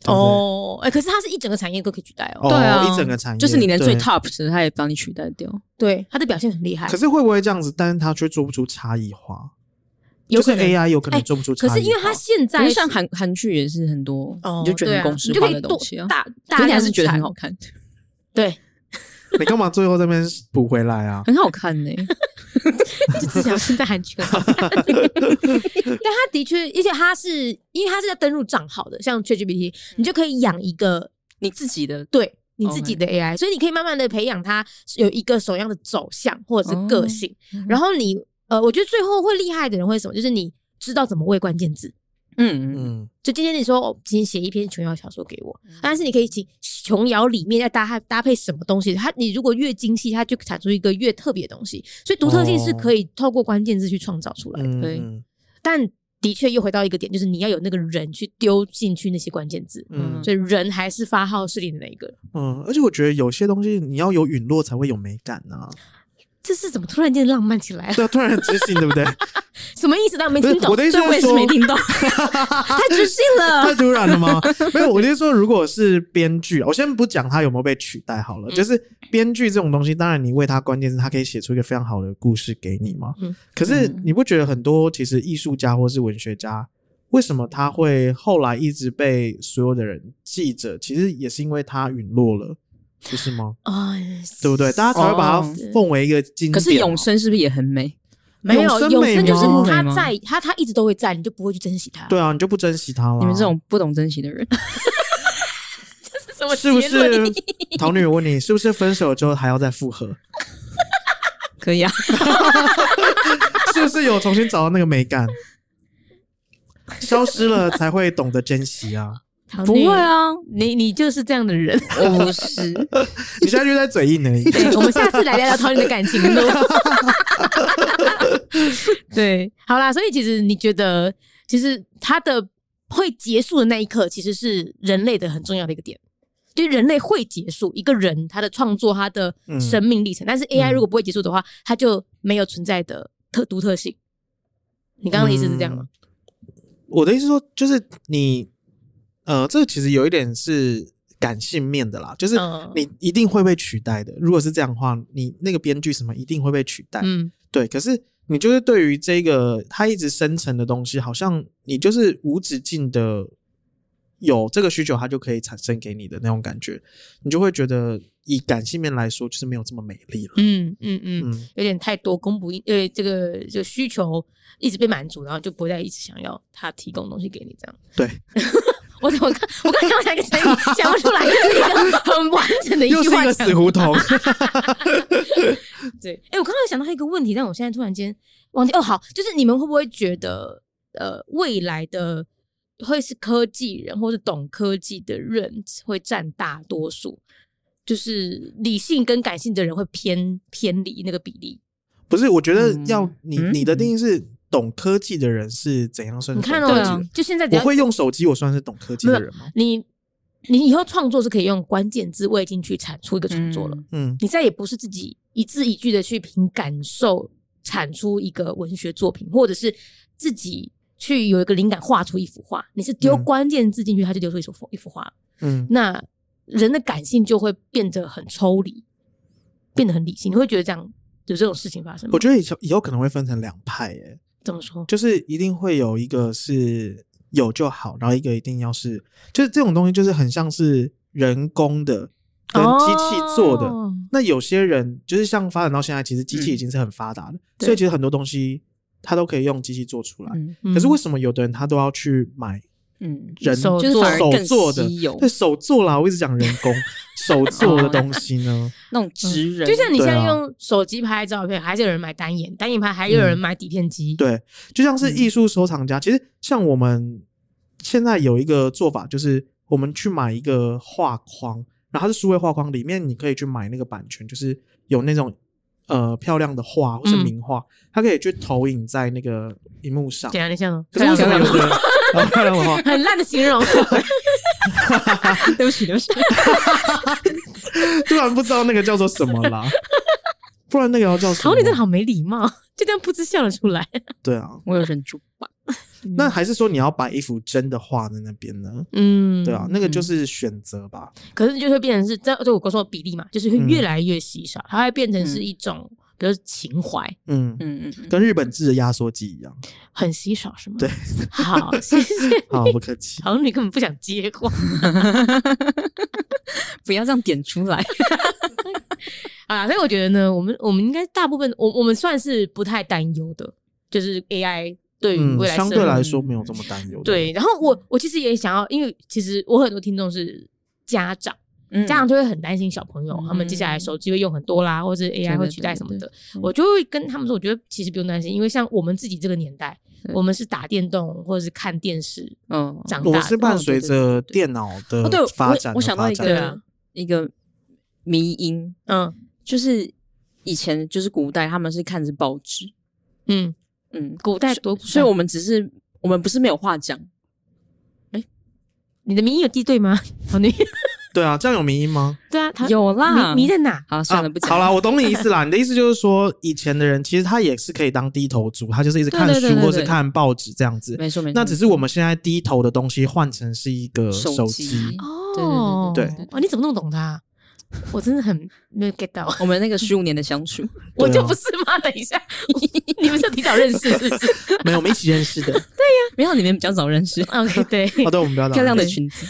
[SPEAKER 2] 对不对，
[SPEAKER 1] 哦，哎、可是他是一整个产业都可以取代哦，
[SPEAKER 2] 哦
[SPEAKER 3] 对啊，
[SPEAKER 2] 一整个产业
[SPEAKER 3] 就是你连最
[SPEAKER 2] 对
[SPEAKER 3] top 的他也帮你取代掉，
[SPEAKER 1] 对，他的表现很厉害
[SPEAKER 2] 可，是会不会这样子？但是他却做不出差异化，
[SPEAKER 1] 有
[SPEAKER 2] 就是
[SPEAKER 1] 可能。
[SPEAKER 2] AI 有可能
[SPEAKER 1] 哎
[SPEAKER 2] 做不出
[SPEAKER 1] 可
[SPEAKER 2] 差异化。哦
[SPEAKER 1] 是因为他现
[SPEAKER 3] 可
[SPEAKER 1] 在
[SPEAKER 3] 是像韩韩剧也是很多，
[SPEAKER 1] 哦，
[SPEAKER 3] 你就觉得
[SPEAKER 1] 对
[SPEAKER 3] 很
[SPEAKER 1] 啊
[SPEAKER 3] 公
[SPEAKER 1] 你
[SPEAKER 3] 式
[SPEAKER 1] 就可
[SPEAKER 3] 化
[SPEAKER 1] 以
[SPEAKER 3] 的东西啊
[SPEAKER 1] 多，大
[SPEAKER 3] 可
[SPEAKER 1] 大
[SPEAKER 3] 是你还
[SPEAKER 1] 量
[SPEAKER 3] 是觉得
[SPEAKER 1] 产
[SPEAKER 3] 很好看，
[SPEAKER 1] 对，
[SPEAKER 2] 你干嘛最后这边补回来 啊？
[SPEAKER 3] 很好 看呢。
[SPEAKER 1] 就只想现在韩剧很 好看。但他的确，而且他是因为他是要登入账号的，像 ChatGPT，你就可以养一个
[SPEAKER 3] 你自己的
[SPEAKER 1] 对你
[SPEAKER 2] 哦
[SPEAKER 1] 自己的 AI，、所以你可以慢慢的培养它有一个什么样的走向或者是个性。
[SPEAKER 2] 嗯
[SPEAKER 3] 哦
[SPEAKER 1] 然后你呃，我觉得最后会厉害的人会是什么？就是你知道怎么喂关键字。
[SPEAKER 3] 嗯嗯
[SPEAKER 2] 嗯，
[SPEAKER 1] 就今天你说，哦、今天写一篇琼瑶小说给我，但是你可以请琼瑶里面要搭配搭配什么东西？它你如果越精细，它就产出一个越特别的东西。所以独特性是可以透过关键字去创造出来的。
[SPEAKER 2] 哦嗯
[SPEAKER 3] 对
[SPEAKER 2] 嗯
[SPEAKER 1] 但的确又回到一个点，就是你要有那个人去丢进去那些关键字，
[SPEAKER 2] 嗯
[SPEAKER 1] 所以人还是发号施令的那一个。
[SPEAKER 2] 嗯，而且我觉得有些东西你要有陨落才会有美感啊。
[SPEAKER 1] 这是怎么突然间浪漫起来了？
[SPEAKER 2] 对啊，突然很知性，对不对？
[SPEAKER 1] 什么意思？但没
[SPEAKER 2] 不
[SPEAKER 1] 听
[SPEAKER 2] 是
[SPEAKER 1] 懂
[SPEAKER 2] 我，的意思
[SPEAKER 3] 对，我也是
[SPEAKER 2] 说
[SPEAKER 3] 没听 到，
[SPEAKER 1] 太知性了。
[SPEAKER 2] 太突然了吗？没有，我就说，如果是编剧，啊我先不讲他有没有被取代好
[SPEAKER 3] 嗯
[SPEAKER 2] 了，就是编剧这种东西，当然你为他关键字，他可以写出一个非常好的故事给你嘛。
[SPEAKER 1] 嗯
[SPEAKER 2] 可是你不觉得很多其实艺术家或是文学家，为什么他会后来一直被所有的人记着？其实也是因为他陨落了，不是吗？
[SPEAKER 1] 啊，
[SPEAKER 2] 对不对？大家才会把它
[SPEAKER 3] 哦
[SPEAKER 2] 奉为一个嗯经典啊嘛。
[SPEAKER 3] 可是啊永生是不是也很美？
[SPEAKER 1] 没有
[SPEAKER 2] 永生
[SPEAKER 1] 永
[SPEAKER 2] 美
[SPEAKER 1] 生就是
[SPEAKER 3] 吗
[SPEAKER 1] 他
[SPEAKER 3] 美吗
[SPEAKER 1] 在，他他一直都会在，你就不会去珍惜他。
[SPEAKER 2] 对啊，你就不珍惜他了。
[SPEAKER 3] 你们这种不懂珍惜的人，
[SPEAKER 1] 什么
[SPEAKER 2] 是不
[SPEAKER 1] 结论
[SPEAKER 2] 是？桃女，我问你，是不是分手之后还要再 复合？
[SPEAKER 3] 可以啊，
[SPEAKER 2] 是不是有重新找到那个美感？消失了才会懂得珍惜啊！
[SPEAKER 1] 唐
[SPEAKER 3] 不
[SPEAKER 1] 女
[SPEAKER 3] 会，啊，
[SPEAKER 1] 你你就是这样的人。
[SPEAKER 3] 我不是，
[SPEAKER 2] 你现在就在嘴硬而已。
[SPEAKER 1] 对，我们下次来聊聊桃女的感情 路。对，好啦，所以其实你觉得，其实它的会结束的那一刻，其实是人类的很重要的一个点，就是人类会结束一个人他的创作，他的
[SPEAKER 2] 嗯
[SPEAKER 1] 生命历程。但是 AI
[SPEAKER 2] 嗯
[SPEAKER 1] 如果不会结束的话，它就没有存在的特独特性。你刚刚的意思是这样吗？
[SPEAKER 2] 我的意思说，就是你，呃，这其实有一点是感性面的啦，就是
[SPEAKER 1] 嗯
[SPEAKER 2] 你一定会被取代的。如果是这样的话，你那个编剧什么一定会被取代。
[SPEAKER 1] 嗯，
[SPEAKER 2] 对，可是你就是对于这个它一直生成的东西，好像你就是无止境的有这个需求，它就可以产生给你的那种感觉，你就会觉得以感性面来说，就是没有这么美丽了。
[SPEAKER 1] 嗯嗯嗯，
[SPEAKER 2] 嗯，
[SPEAKER 1] 有点太多供不应，呃，这个这个需求一直被满足，然后就不会再一直想要他提供东西给你这样。
[SPEAKER 2] 对，
[SPEAKER 1] 我怎么看？我刚刚想一个成语，想不出来，就是一个很完整的一
[SPEAKER 2] 又
[SPEAKER 1] 句
[SPEAKER 2] 是一
[SPEAKER 1] 话
[SPEAKER 2] 个
[SPEAKER 1] 讲
[SPEAKER 2] 死胡同。
[SPEAKER 1] 对，哎、我刚刚想到一个问题，但我现在突然间忘记。哦，好，就是你们会不会觉得，呃，未来的会是科技人或是懂科技的人会占大多数？就是理性跟感性的人会偏偏离那个比例。
[SPEAKER 2] 不是，我觉得要你、
[SPEAKER 3] 嗯
[SPEAKER 2] 你的定义是懂科技的人是怎样算
[SPEAKER 1] 你
[SPEAKER 2] 是懂
[SPEAKER 1] 看哦，
[SPEAKER 2] 科技
[SPEAKER 3] 对
[SPEAKER 2] 的
[SPEAKER 3] 啊
[SPEAKER 2] 人？
[SPEAKER 1] 就现在只
[SPEAKER 2] 嗯我
[SPEAKER 1] 要
[SPEAKER 2] 会用手机，我算是懂科技的人吗？
[SPEAKER 1] 你，你以后创作是可以用关键字喂进去产出一个创作了。
[SPEAKER 3] 嗯
[SPEAKER 2] 嗯
[SPEAKER 1] 你再也不是自己一字一句的去凭感受产出一个文学作品，或者是自己去有一个灵感画出一幅画，你是丢
[SPEAKER 2] 嗯
[SPEAKER 1] 关键字进去，它就丢出一幅一幅画。
[SPEAKER 2] 嗯，
[SPEAKER 1] 那人的感性就会变得很抽离，变得很理性。你会觉得这样有这种事情发生吗？
[SPEAKER 2] 我觉得以后以后可能会分成两派、耶。
[SPEAKER 1] 怎么说？
[SPEAKER 2] 就是一定会有一个是有就好，然后一个一定要是，就是这种东西就是很像是人工的跟机器做的。
[SPEAKER 1] 哦
[SPEAKER 2] 那有些人就是像发展到现在，其实
[SPEAKER 3] 嗯
[SPEAKER 2] 机器已经是很发达的，
[SPEAKER 1] 对
[SPEAKER 2] 所以其实很多东西它都可以用机器做出来。
[SPEAKER 3] 嗯
[SPEAKER 2] 可是为
[SPEAKER 1] 什
[SPEAKER 2] 什么有的人他都要去买
[SPEAKER 3] 嗯，
[SPEAKER 2] 人
[SPEAKER 1] 手
[SPEAKER 3] 就是反而
[SPEAKER 2] 手
[SPEAKER 3] 更
[SPEAKER 2] 做的
[SPEAKER 3] 稀有哦
[SPEAKER 2] 对手做啦？我一直讲人 工手做的东西呢？
[SPEAKER 3] 那种直
[SPEAKER 1] 嗯
[SPEAKER 3] 人，
[SPEAKER 1] 就像你
[SPEAKER 2] 对
[SPEAKER 1] 现在
[SPEAKER 2] 啊
[SPEAKER 1] 用手机拍照片，还是有人买单眼，单眼拍还有
[SPEAKER 2] 嗯
[SPEAKER 1] 人买底片机。
[SPEAKER 2] 对，就像是
[SPEAKER 3] 嗯
[SPEAKER 2] 艺术收藏家，其实像我们现在有一个做法，就是我们去买一个画框，然后它是数位画框，里面你可以去买那个版权，就是有那种呃漂亮的画或是
[SPEAKER 1] 嗯
[SPEAKER 2] 名画，它可以去投影在那个荧幕上。
[SPEAKER 1] 怎样？你像吗
[SPEAKER 2] 可是为什么有的呃漂亮的画？
[SPEAKER 1] 很烂的形 容，
[SPEAKER 3] 对不起，对不起，
[SPEAKER 2] 突然不知道那个叫做什么啦，不然那个要叫什么？
[SPEAKER 1] 好，你真的好嗯没礼貌，就这样噗嗤笑了出来。
[SPEAKER 2] 对啊，
[SPEAKER 3] 我有忍住。
[SPEAKER 2] 那还是说你要把一幅真的画在那边呢？
[SPEAKER 1] 嗯，
[SPEAKER 2] 对啊，那个就是选择吧。
[SPEAKER 1] 可是就会变成是这，就我刚说的比例嘛，就是会
[SPEAKER 2] 嗯
[SPEAKER 1] 越来越稀少，它会变成是一种，比如说情怀，
[SPEAKER 2] 嗯，
[SPEAKER 3] 嗯嗯嗯，
[SPEAKER 2] 跟日本制的压缩机一样。
[SPEAKER 1] 很稀少，是吗？
[SPEAKER 2] 对，
[SPEAKER 1] 好，谢谢。
[SPEAKER 2] 啊好，不客气。
[SPEAKER 1] 好像你根本不想接话。
[SPEAKER 3] 不要这样点出来。
[SPEAKER 1] 啊，所以我觉得呢，我们我们应该大部分，我我们算是不太担忧的，就是 AI 对于
[SPEAKER 2] 嗯
[SPEAKER 1] 未，来
[SPEAKER 2] 相
[SPEAKER 1] 生活
[SPEAKER 2] 对来说没嗯有这么担忧。，
[SPEAKER 1] 对。然后我我其实也想要，因为其实我很多听众是家长，
[SPEAKER 3] 嗯
[SPEAKER 1] 家长就会很担心小朋友、他们接下来手机会用很多啦，或者是 AI 会取代什么的。
[SPEAKER 3] 对对
[SPEAKER 1] 我就会跟他们说，我觉得其实不用担心，因为像我们自己这个年代，
[SPEAKER 3] 对
[SPEAKER 1] 我们是打电动或者是看电视
[SPEAKER 3] 嗯，
[SPEAKER 1] 长
[SPEAKER 2] 我
[SPEAKER 1] 大
[SPEAKER 2] 们
[SPEAKER 1] 的。
[SPEAKER 2] 是伴随着电脑
[SPEAKER 3] 哦，对，
[SPEAKER 2] 的
[SPEAKER 3] 我
[SPEAKER 2] 嗯发展
[SPEAKER 3] 我
[SPEAKER 2] 而
[SPEAKER 3] 想到
[SPEAKER 2] 发
[SPEAKER 3] 一
[SPEAKER 2] 展
[SPEAKER 1] 对啊
[SPEAKER 3] 个一个迷因，
[SPEAKER 1] 嗯
[SPEAKER 3] 就是以前就是古代他们是看着报纸，
[SPEAKER 1] 嗯，
[SPEAKER 3] 嗯，
[SPEAKER 1] 古代多，
[SPEAKER 3] 所以我们只是我们不是没有话讲，
[SPEAKER 1] 你的名义有地对吗？ 好女，
[SPEAKER 2] 对啊，这样有迷因吗？
[SPEAKER 1] 对啊，他
[SPEAKER 3] 有啦，
[SPEAKER 1] 迷迷在哪？
[SPEAKER 3] 好算了
[SPEAKER 2] 啊
[SPEAKER 3] 不讲，
[SPEAKER 2] 好啦，，我懂你意思 啦。你的意思就是说，以前的人其实他也是可以当低头族，他就是一直
[SPEAKER 3] 对
[SPEAKER 2] 看
[SPEAKER 3] 对对
[SPEAKER 2] 书
[SPEAKER 3] 对
[SPEAKER 2] 或是
[SPEAKER 3] 对
[SPEAKER 2] 看报纸这样子。
[SPEAKER 3] 没错没错，
[SPEAKER 2] 那只是我们现在低头的东西换成是一个
[SPEAKER 3] 手
[SPEAKER 2] 手
[SPEAKER 3] 机
[SPEAKER 2] 机，
[SPEAKER 1] 哦，
[SPEAKER 2] 对对对
[SPEAKER 3] 对对
[SPEAKER 1] 哦，你怎么弄懂 他？我真的很没有 get 到，
[SPEAKER 3] 我们那个十五年的相处，
[SPEAKER 1] 我
[SPEAKER 2] 对啊
[SPEAKER 1] 就不是吗？等一下，你们是提早认识是不 是
[SPEAKER 2] 没有，我们一起认识的。
[SPEAKER 3] 没有你们比较早 认识，
[SPEAKER 2] 啊
[SPEAKER 1] ？OK，对，
[SPEAKER 2] 好的，我们不要打
[SPEAKER 3] 漂亮的
[SPEAKER 2] 扰
[SPEAKER 3] 裙子，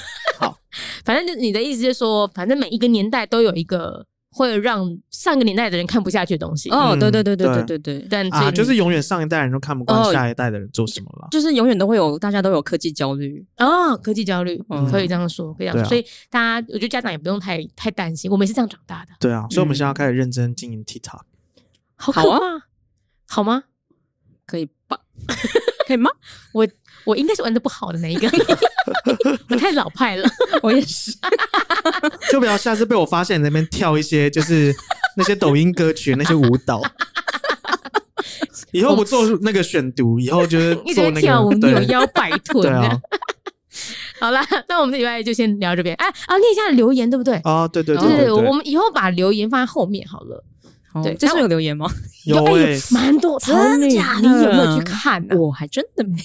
[SPEAKER 1] 反正就是你的意思就是说，反正每一个年代都有一个会让上个年代的人看不下去的东西。
[SPEAKER 3] 哦，
[SPEAKER 2] 嗯
[SPEAKER 3] 对对对对
[SPEAKER 2] 对
[SPEAKER 3] 对对对。
[SPEAKER 1] 但所以
[SPEAKER 2] 啊，
[SPEAKER 1] 你
[SPEAKER 2] 就是永远上一代人都看不惯
[SPEAKER 3] 哦
[SPEAKER 2] 下一代的人做什么啦。
[SPEAKER 3] 就是永远都会有，大家都有科技焦虑，
[SPEAKER 1] 哦，科技焦虑、
[SPEAKER 3] 嗯
[SPEAKER 1] 可以这样说，可以这样
[SPEAKER 2] 对
[SPEAKER 1] 说。
[SPEAKER 2] 啊
[SPEAKER 1] 所以大家，我觉得家长也不用太太担心，我们也是这样长大的，
[SPEAKER 2] 对啊，所以我们
[SPEAKER 3] 嗯
[SPEAKER 2] 现在要开始认真经营 TikTok。
[SPEAKER 1] 好可
[SPEAKER 3] 好啊
[SPEAKER 1] 怕，好吗？
[SPEAKER 3] 可以吧？ 可以吗？
[SPEAKER 1] 我应该是玩的不好的那一 个，我太老派了。
[SPEAKER 3] 我也是，
[SPEAKER 2] 就不要下次被我发现你在那边跳一些就是那些抖音歌曲那些舞蹈。以后不做那个选读，以后就是
[SPEAKER 1] 一直
[SPEAKER 2] 做
[SPEAKER 1] 在
[SPEAKER 2] 那
[SPEAKER 1] 跳舞，
[SPEAKER 2] 个
[SPEAKER 1] 扭
[SPEAKER 2] 对啊
[SPEAKER 1] 腰摆臀
[SPEAKER 2] 对
[SPEAKER 1] 的。
[SPEAKER 2] 啊
[SPEAKER 1] 好啦，那我们这礼拜就先聊这边。哎啊，念一下留言，对不对？
[SPEAKER 2] 啊对对
[SPEAKER 1] 对对对，
[SPEAKER 2] 对对
[SPEAKER 1] 我们以后把留言放在后面好了。
[SPEAKER 3] 哦
[SPEAKER 1] 对
[SPEAKER 3] 这是有留言吗？
[SPEAKER 2] 有
[SPEAKER 1] 哎
[SPEAKER 2] 哎，
[SPEAKER 1] 蛮多，
[SPEAKER 3] 真的
[SPEAKER 1] 真
[SPEAKER 3] 假的
[SPEAKER 1] 你有没有去看呢、
[SPEAKER 3] 我还真的没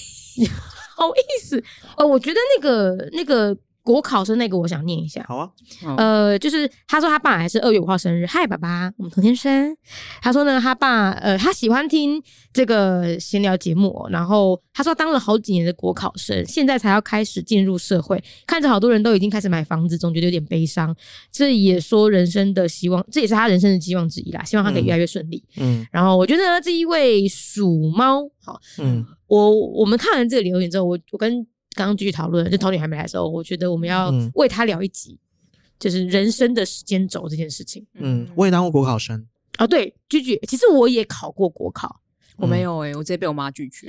[SPEAKER 1] 好意思哦，我觉得那个那个国考生那个，我想念一
[SPEAKER 3] 哦
[SPEAKER 1] 下。
[SPEAKER 2] 好啊，
[SPEAKER 1] 呃，就是他说他爸还是二月五号生日，嗨爸爸，我们同天生。他说呢，他爸呃，他喜欢听这个闲聊节目、哦，然后他说当了好几年的国考生，现在才要开始进入社会，看着好多人都已经开始买房子，总觉得有点悲伤。这也说人生的希望，这也是他人生的希望之一啦，希望他可以越来越顺利。
[SPEAKER 2] 嗯
[SPEAKER 1] 然后我觉得呢，这一位鼠猫，好，
[SPEAKER 2] 嗯，
[SPEAKER 1] 我我们看完这个留言之后，我我跟刚刚继续讨论，就桃女还没来的时候，我觉得我们要
[SPEAKER 2] 嗯
[SPEAKER 1] 为她聊一集，就是人生的时间轴这件事情。
[SPEAKER 2] 嗯，我也当过国考生，
[SPEAKER 1] 哦，对，居居，其实我也考过国 考，
[SPEAKER 2] 嗯
[SPEAKER 3] 我没有哎、我直接被我妈拒绝。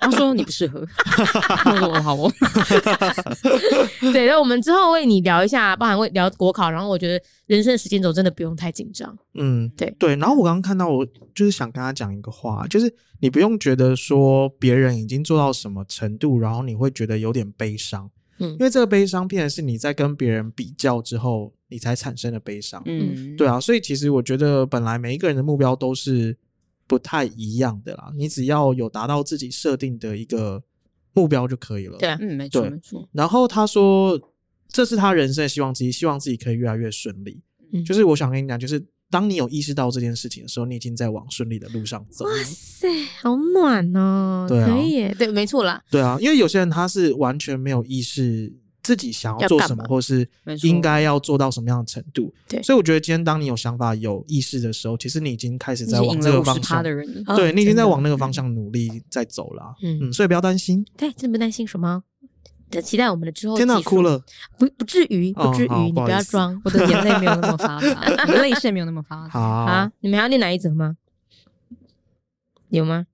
[SPEAKER 3] 她说你不适合，我说哦好哦，
[SPEAKER 1] 对，那我们之后为你聊一下，包含为聊国考，然后我觉得人生的时间轴真的不用太紧张。
[SPEAKER 2] 嗯，
[SPEAKER 1] 对
[SPEAKER 2] 对。然后我刚刚看到，我就是想跟他讲一个话，就是你不用觉得说别人已经做到什么程度，然后你会觉得有点悲伤，
[SPEAKER 1] 嗯
[SPEAKER 2] 因为这个悲伤变的是你在跟别人比较之后，你才产生的悲伤。
[SPEAKER 3] 嗯，
[SPEAKER 2] 对啊，所以其实我觉得本来每一个人的目标都是不太一样的啦，你只要有达到自己设定的一个目标就可以了。
[SPEAKER 1] 对啊
[SPEAKER 3] 嗯，没错
[SPEAKER 2] 对
[SPEAKER 3] 没错，
[SPEAKER 2] 然后他说，这是他人生的希望之一，希望自己可以越来越顺利。
[SPEAKER 1] 嗯
[SPEAKER 2] 就是我想跟你讲，就是当你有意识到这件事情的时候，你已经在往顺利的路上走了。
[SPEAKER 1] 塞，好暖哦
[SPEAKER 2] 对啊
[SPEAKER 1] 可以耶，对，没错啦，
[SPEAKER 2] 对啊，因为有些人他是完全没有意识自己想要
[SPEAKER 1] 要
[SPEAKER 2] 做
[SPEAKER 1] 干
[SPEAKER 2] 什么，
[SPEAKER 1] 嘛
[SPEAKER 2] 或是
[SPEAKER 3] 没错
[SPEAKER 2] 应该要做到什么样的程度。
[SPEAKER 1] 对
[SPEAKER 2] 所以我觉得今天当你有想法、有意识的时候，其实你已经开始
[SPEAKER 3] 你
[SPEAKER 2] 在
[SPEAKER 3] 是
[SPEAKER 2] 往
[SPEAKER 3] 赢
[SPEAKER 2] 这
[SPEAKER 3] 了
[SPEAKER 2] 个
[SPEAKER 3] 五十
[SPEAKER 2] 方
[SPEAKER 3] 趴
[SPEAKER 2] 向
[SPEAKER 3] 的。人，
[SPEAKER 1] 啊
[SPEAKER 2] 对，你已经
[SPEAKER 3] 嗯真
[SPEAKER 2] 在
[SPEAKER 3] 的
[SPEAKER 2] 往那个方向努力在走了啊。
[SPEAKER 1] 嗯
[SPEAKER 2] 嗯，所以不要担心。
[SPEAKER 1] 对，真不担心什么。等期待我们的
[SPEAKER 3] 哦
[SPEAKER 1] 之后，
[SPEAKER 2] 天哪，哭，了！
[SPEAKER 1] 不不至于，不
[SPEAKER 2] 哦
[SPEAKER 1] 至于，
[SPEAKER 2] 好
[SPEAKER 1] 你
[SPEAKER 2] 不好
[SPEAKER 1] 不要
[SPEAKER 2] 意思
[SPEAKER 1] 装
[SPEAKER 3] 我的眼泪没有那么发达，我的泪腺没有那么发达。
[SPEAKER 2] 好
[SPEAKER 1] 啊，，你们还要念哪一则吗？有吗？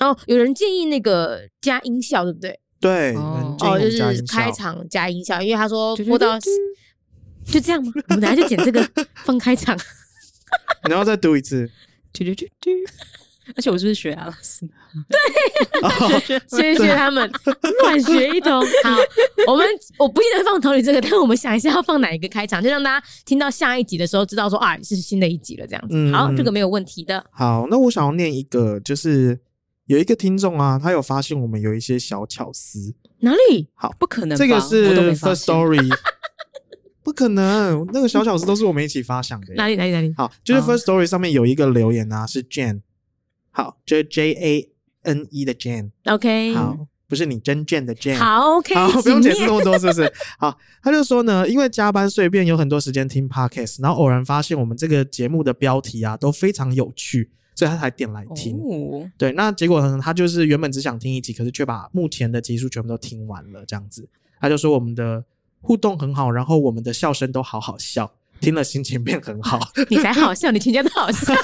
[SPEAKER 1] 哦，有人建议那个加音效，对不对？
[SPEAKER 2] 对，
[SPEAKER 3] 哦
[SPEAKER 2] 很建议
[SPEAKER 1] 哦，
[SPEAKER 2] 我
[SPEAKER 1] 就
[SPEAKER 2] 们加
[SPEAKER 1] 是
[SPEAKER 2] 音效
[SPEAKER 1] 开场加音效，因为他说
[SPEAKER 3] 嘟嘟
[SPEAKER 1] 播到
[SPEAKER 3] 嘟嘟
[SPEAKER 1] 就这 样吗？我们等下就剪这个放开场。
[SPEAKER 2] 然后再读一 次。
[SPEAKER 3] 啾啾啾啾。而且我是不是学阿拉斯？
[SPEAKER 2] 哦
[SPEAKER 1] 学学他们，乱学一通。
[SPEAKER 2] 啊
[SPEAKER 1] 好，我们我不记得放桃李这个，但我们想一下要放哪一个开场，就让大家听到下一集的时候知道说啊是新的一集了这样子。
[SPEAKER 2] 嗯
[SPEAKER 1] 好，这个没有问题的。
[SPEAKER 2] 好，那我想要念一个，就是有一个听众啊，他有发现我们有一些小巧思，
[SPEAKER 1] 哪里？
[SPEAKER 3] 不可能吧，
[SPEAKER 2] 这个
[SPEAKER 3] 我都没
[SPEAKER 2] 是
[SPEAKER 3] 发
[SPEAKER 2] First
[SPEAKER 3] 现
[SPEAKER 2] Story，不可能，那个小巧思都是我们一起发想的。
[SPEAKER 1] 哪里？哪里？哪里？
[SPEAKER 2] 好，就是
[SPEAKER 3] 好
[SPEAKER 2] First Story 上面有一个留言啊，是 Jane，好，就是 J A N E 的 Jane，
[SPEAKER 1] OK，
[SPEAKER 2] 好，不是你真 Jane 的 Jane，
[SPEAKER 1] 好，OK，
[SPEAKER 2] 好，不
[SPEAKER 1] 请
[SPEAKER 2] 用解释
[SPEAKER 1] 念
[SPEAKER 2] 那么多，是不 是？好，他就说呢，因为加班碎便有很多时间听 podcast，然后偶然发现我们这个节目的标题啊都非常有趣，所以他才点来听。
[SPEAKER 3] 哦，
[SPEAKER 2] 对，那结果呢，他就是原本只想听一集，可是却把目前的集数全部都听完了，这样子。他就说我们的互动很好，然后我们的笑声都好好笑，听了心情变很 好。
[SPEAKER 1] 你才好笑，你全家都好 笑。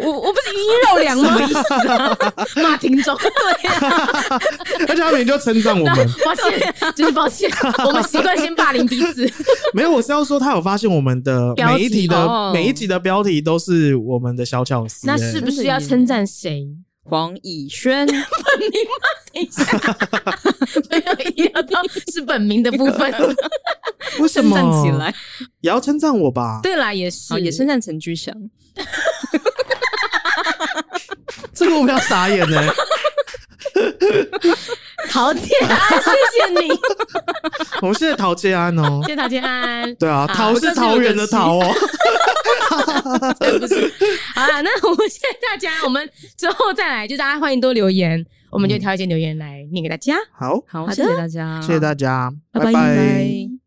[SPEAKER 1] 我我不是一一肉两吗？啊骂听众，对呀、
[SPEAKER 2] 而且他们就称赞我们，
[SPEAKER 1] 抱歉，就是抱 歉，我们习惯先霸凌彼 此。
[SPEAKER 2] 没有，我是要说他有发现我们的
[SPEAKER 1] 标
[SPEAKER 2] 每一
[SPEAKER 1] 题
[SPEAKER 2] 题的、
[SPEAKER 3] 哦
[SPEAKER 2] 每一集的标题都是我们的小巧思、
[SPEAKER 1] 那
[SPEAKER 2] 欸
[SPEAKER 1] 是不是要称赞谁？
[SPEAKER 3] 黄以 轩，
[SPEAKER 1] 等一下，哎没有一定要到是本名的部分。
[SPEAKER 2] 为什
[SPEAKER 3] 称
[SPEAKER 2] 么
[SPEAKER 3] 赞起来，
[SPEAKER 2] 也要称赞我吧？
[SPEAKER 1] 对啦，也是，
[SPEAKER 3] 好，也称赞陈居祥。
[SPEAKER 2] 这个我们要傻眼欸呢、
[SPEAKER 1] 陶建安，谢谢你，
[SPEAKER 2] 我们现在陶建安哦
[SPEAKER 1] 谢，谢陶建安。
[SPEAKER 2] 对啊，
[SPEAKER 1] 好
[SPEAKER 2] 陶是桃园的陶哦。
[SPEAKER 1] 对不起，好啦，那我们谢谢大家，我们之后再来，就大家欢迎多留言，我们就挑一些留言来念给大家。
[SPEAKER 2] 好，
[SPEAKER 3] 好，
[SPEAKER 1] 嗯好
[SPEAKER 3] 谢
[SPEAKER 1] 的
[SPEAKER 3] 谢大家，
[SPEAKER 2] 谢谢大家，
[SPEAKER 1] 拜拜
[SPEAKER 2] 拜
[SPEAKER 3] 拜。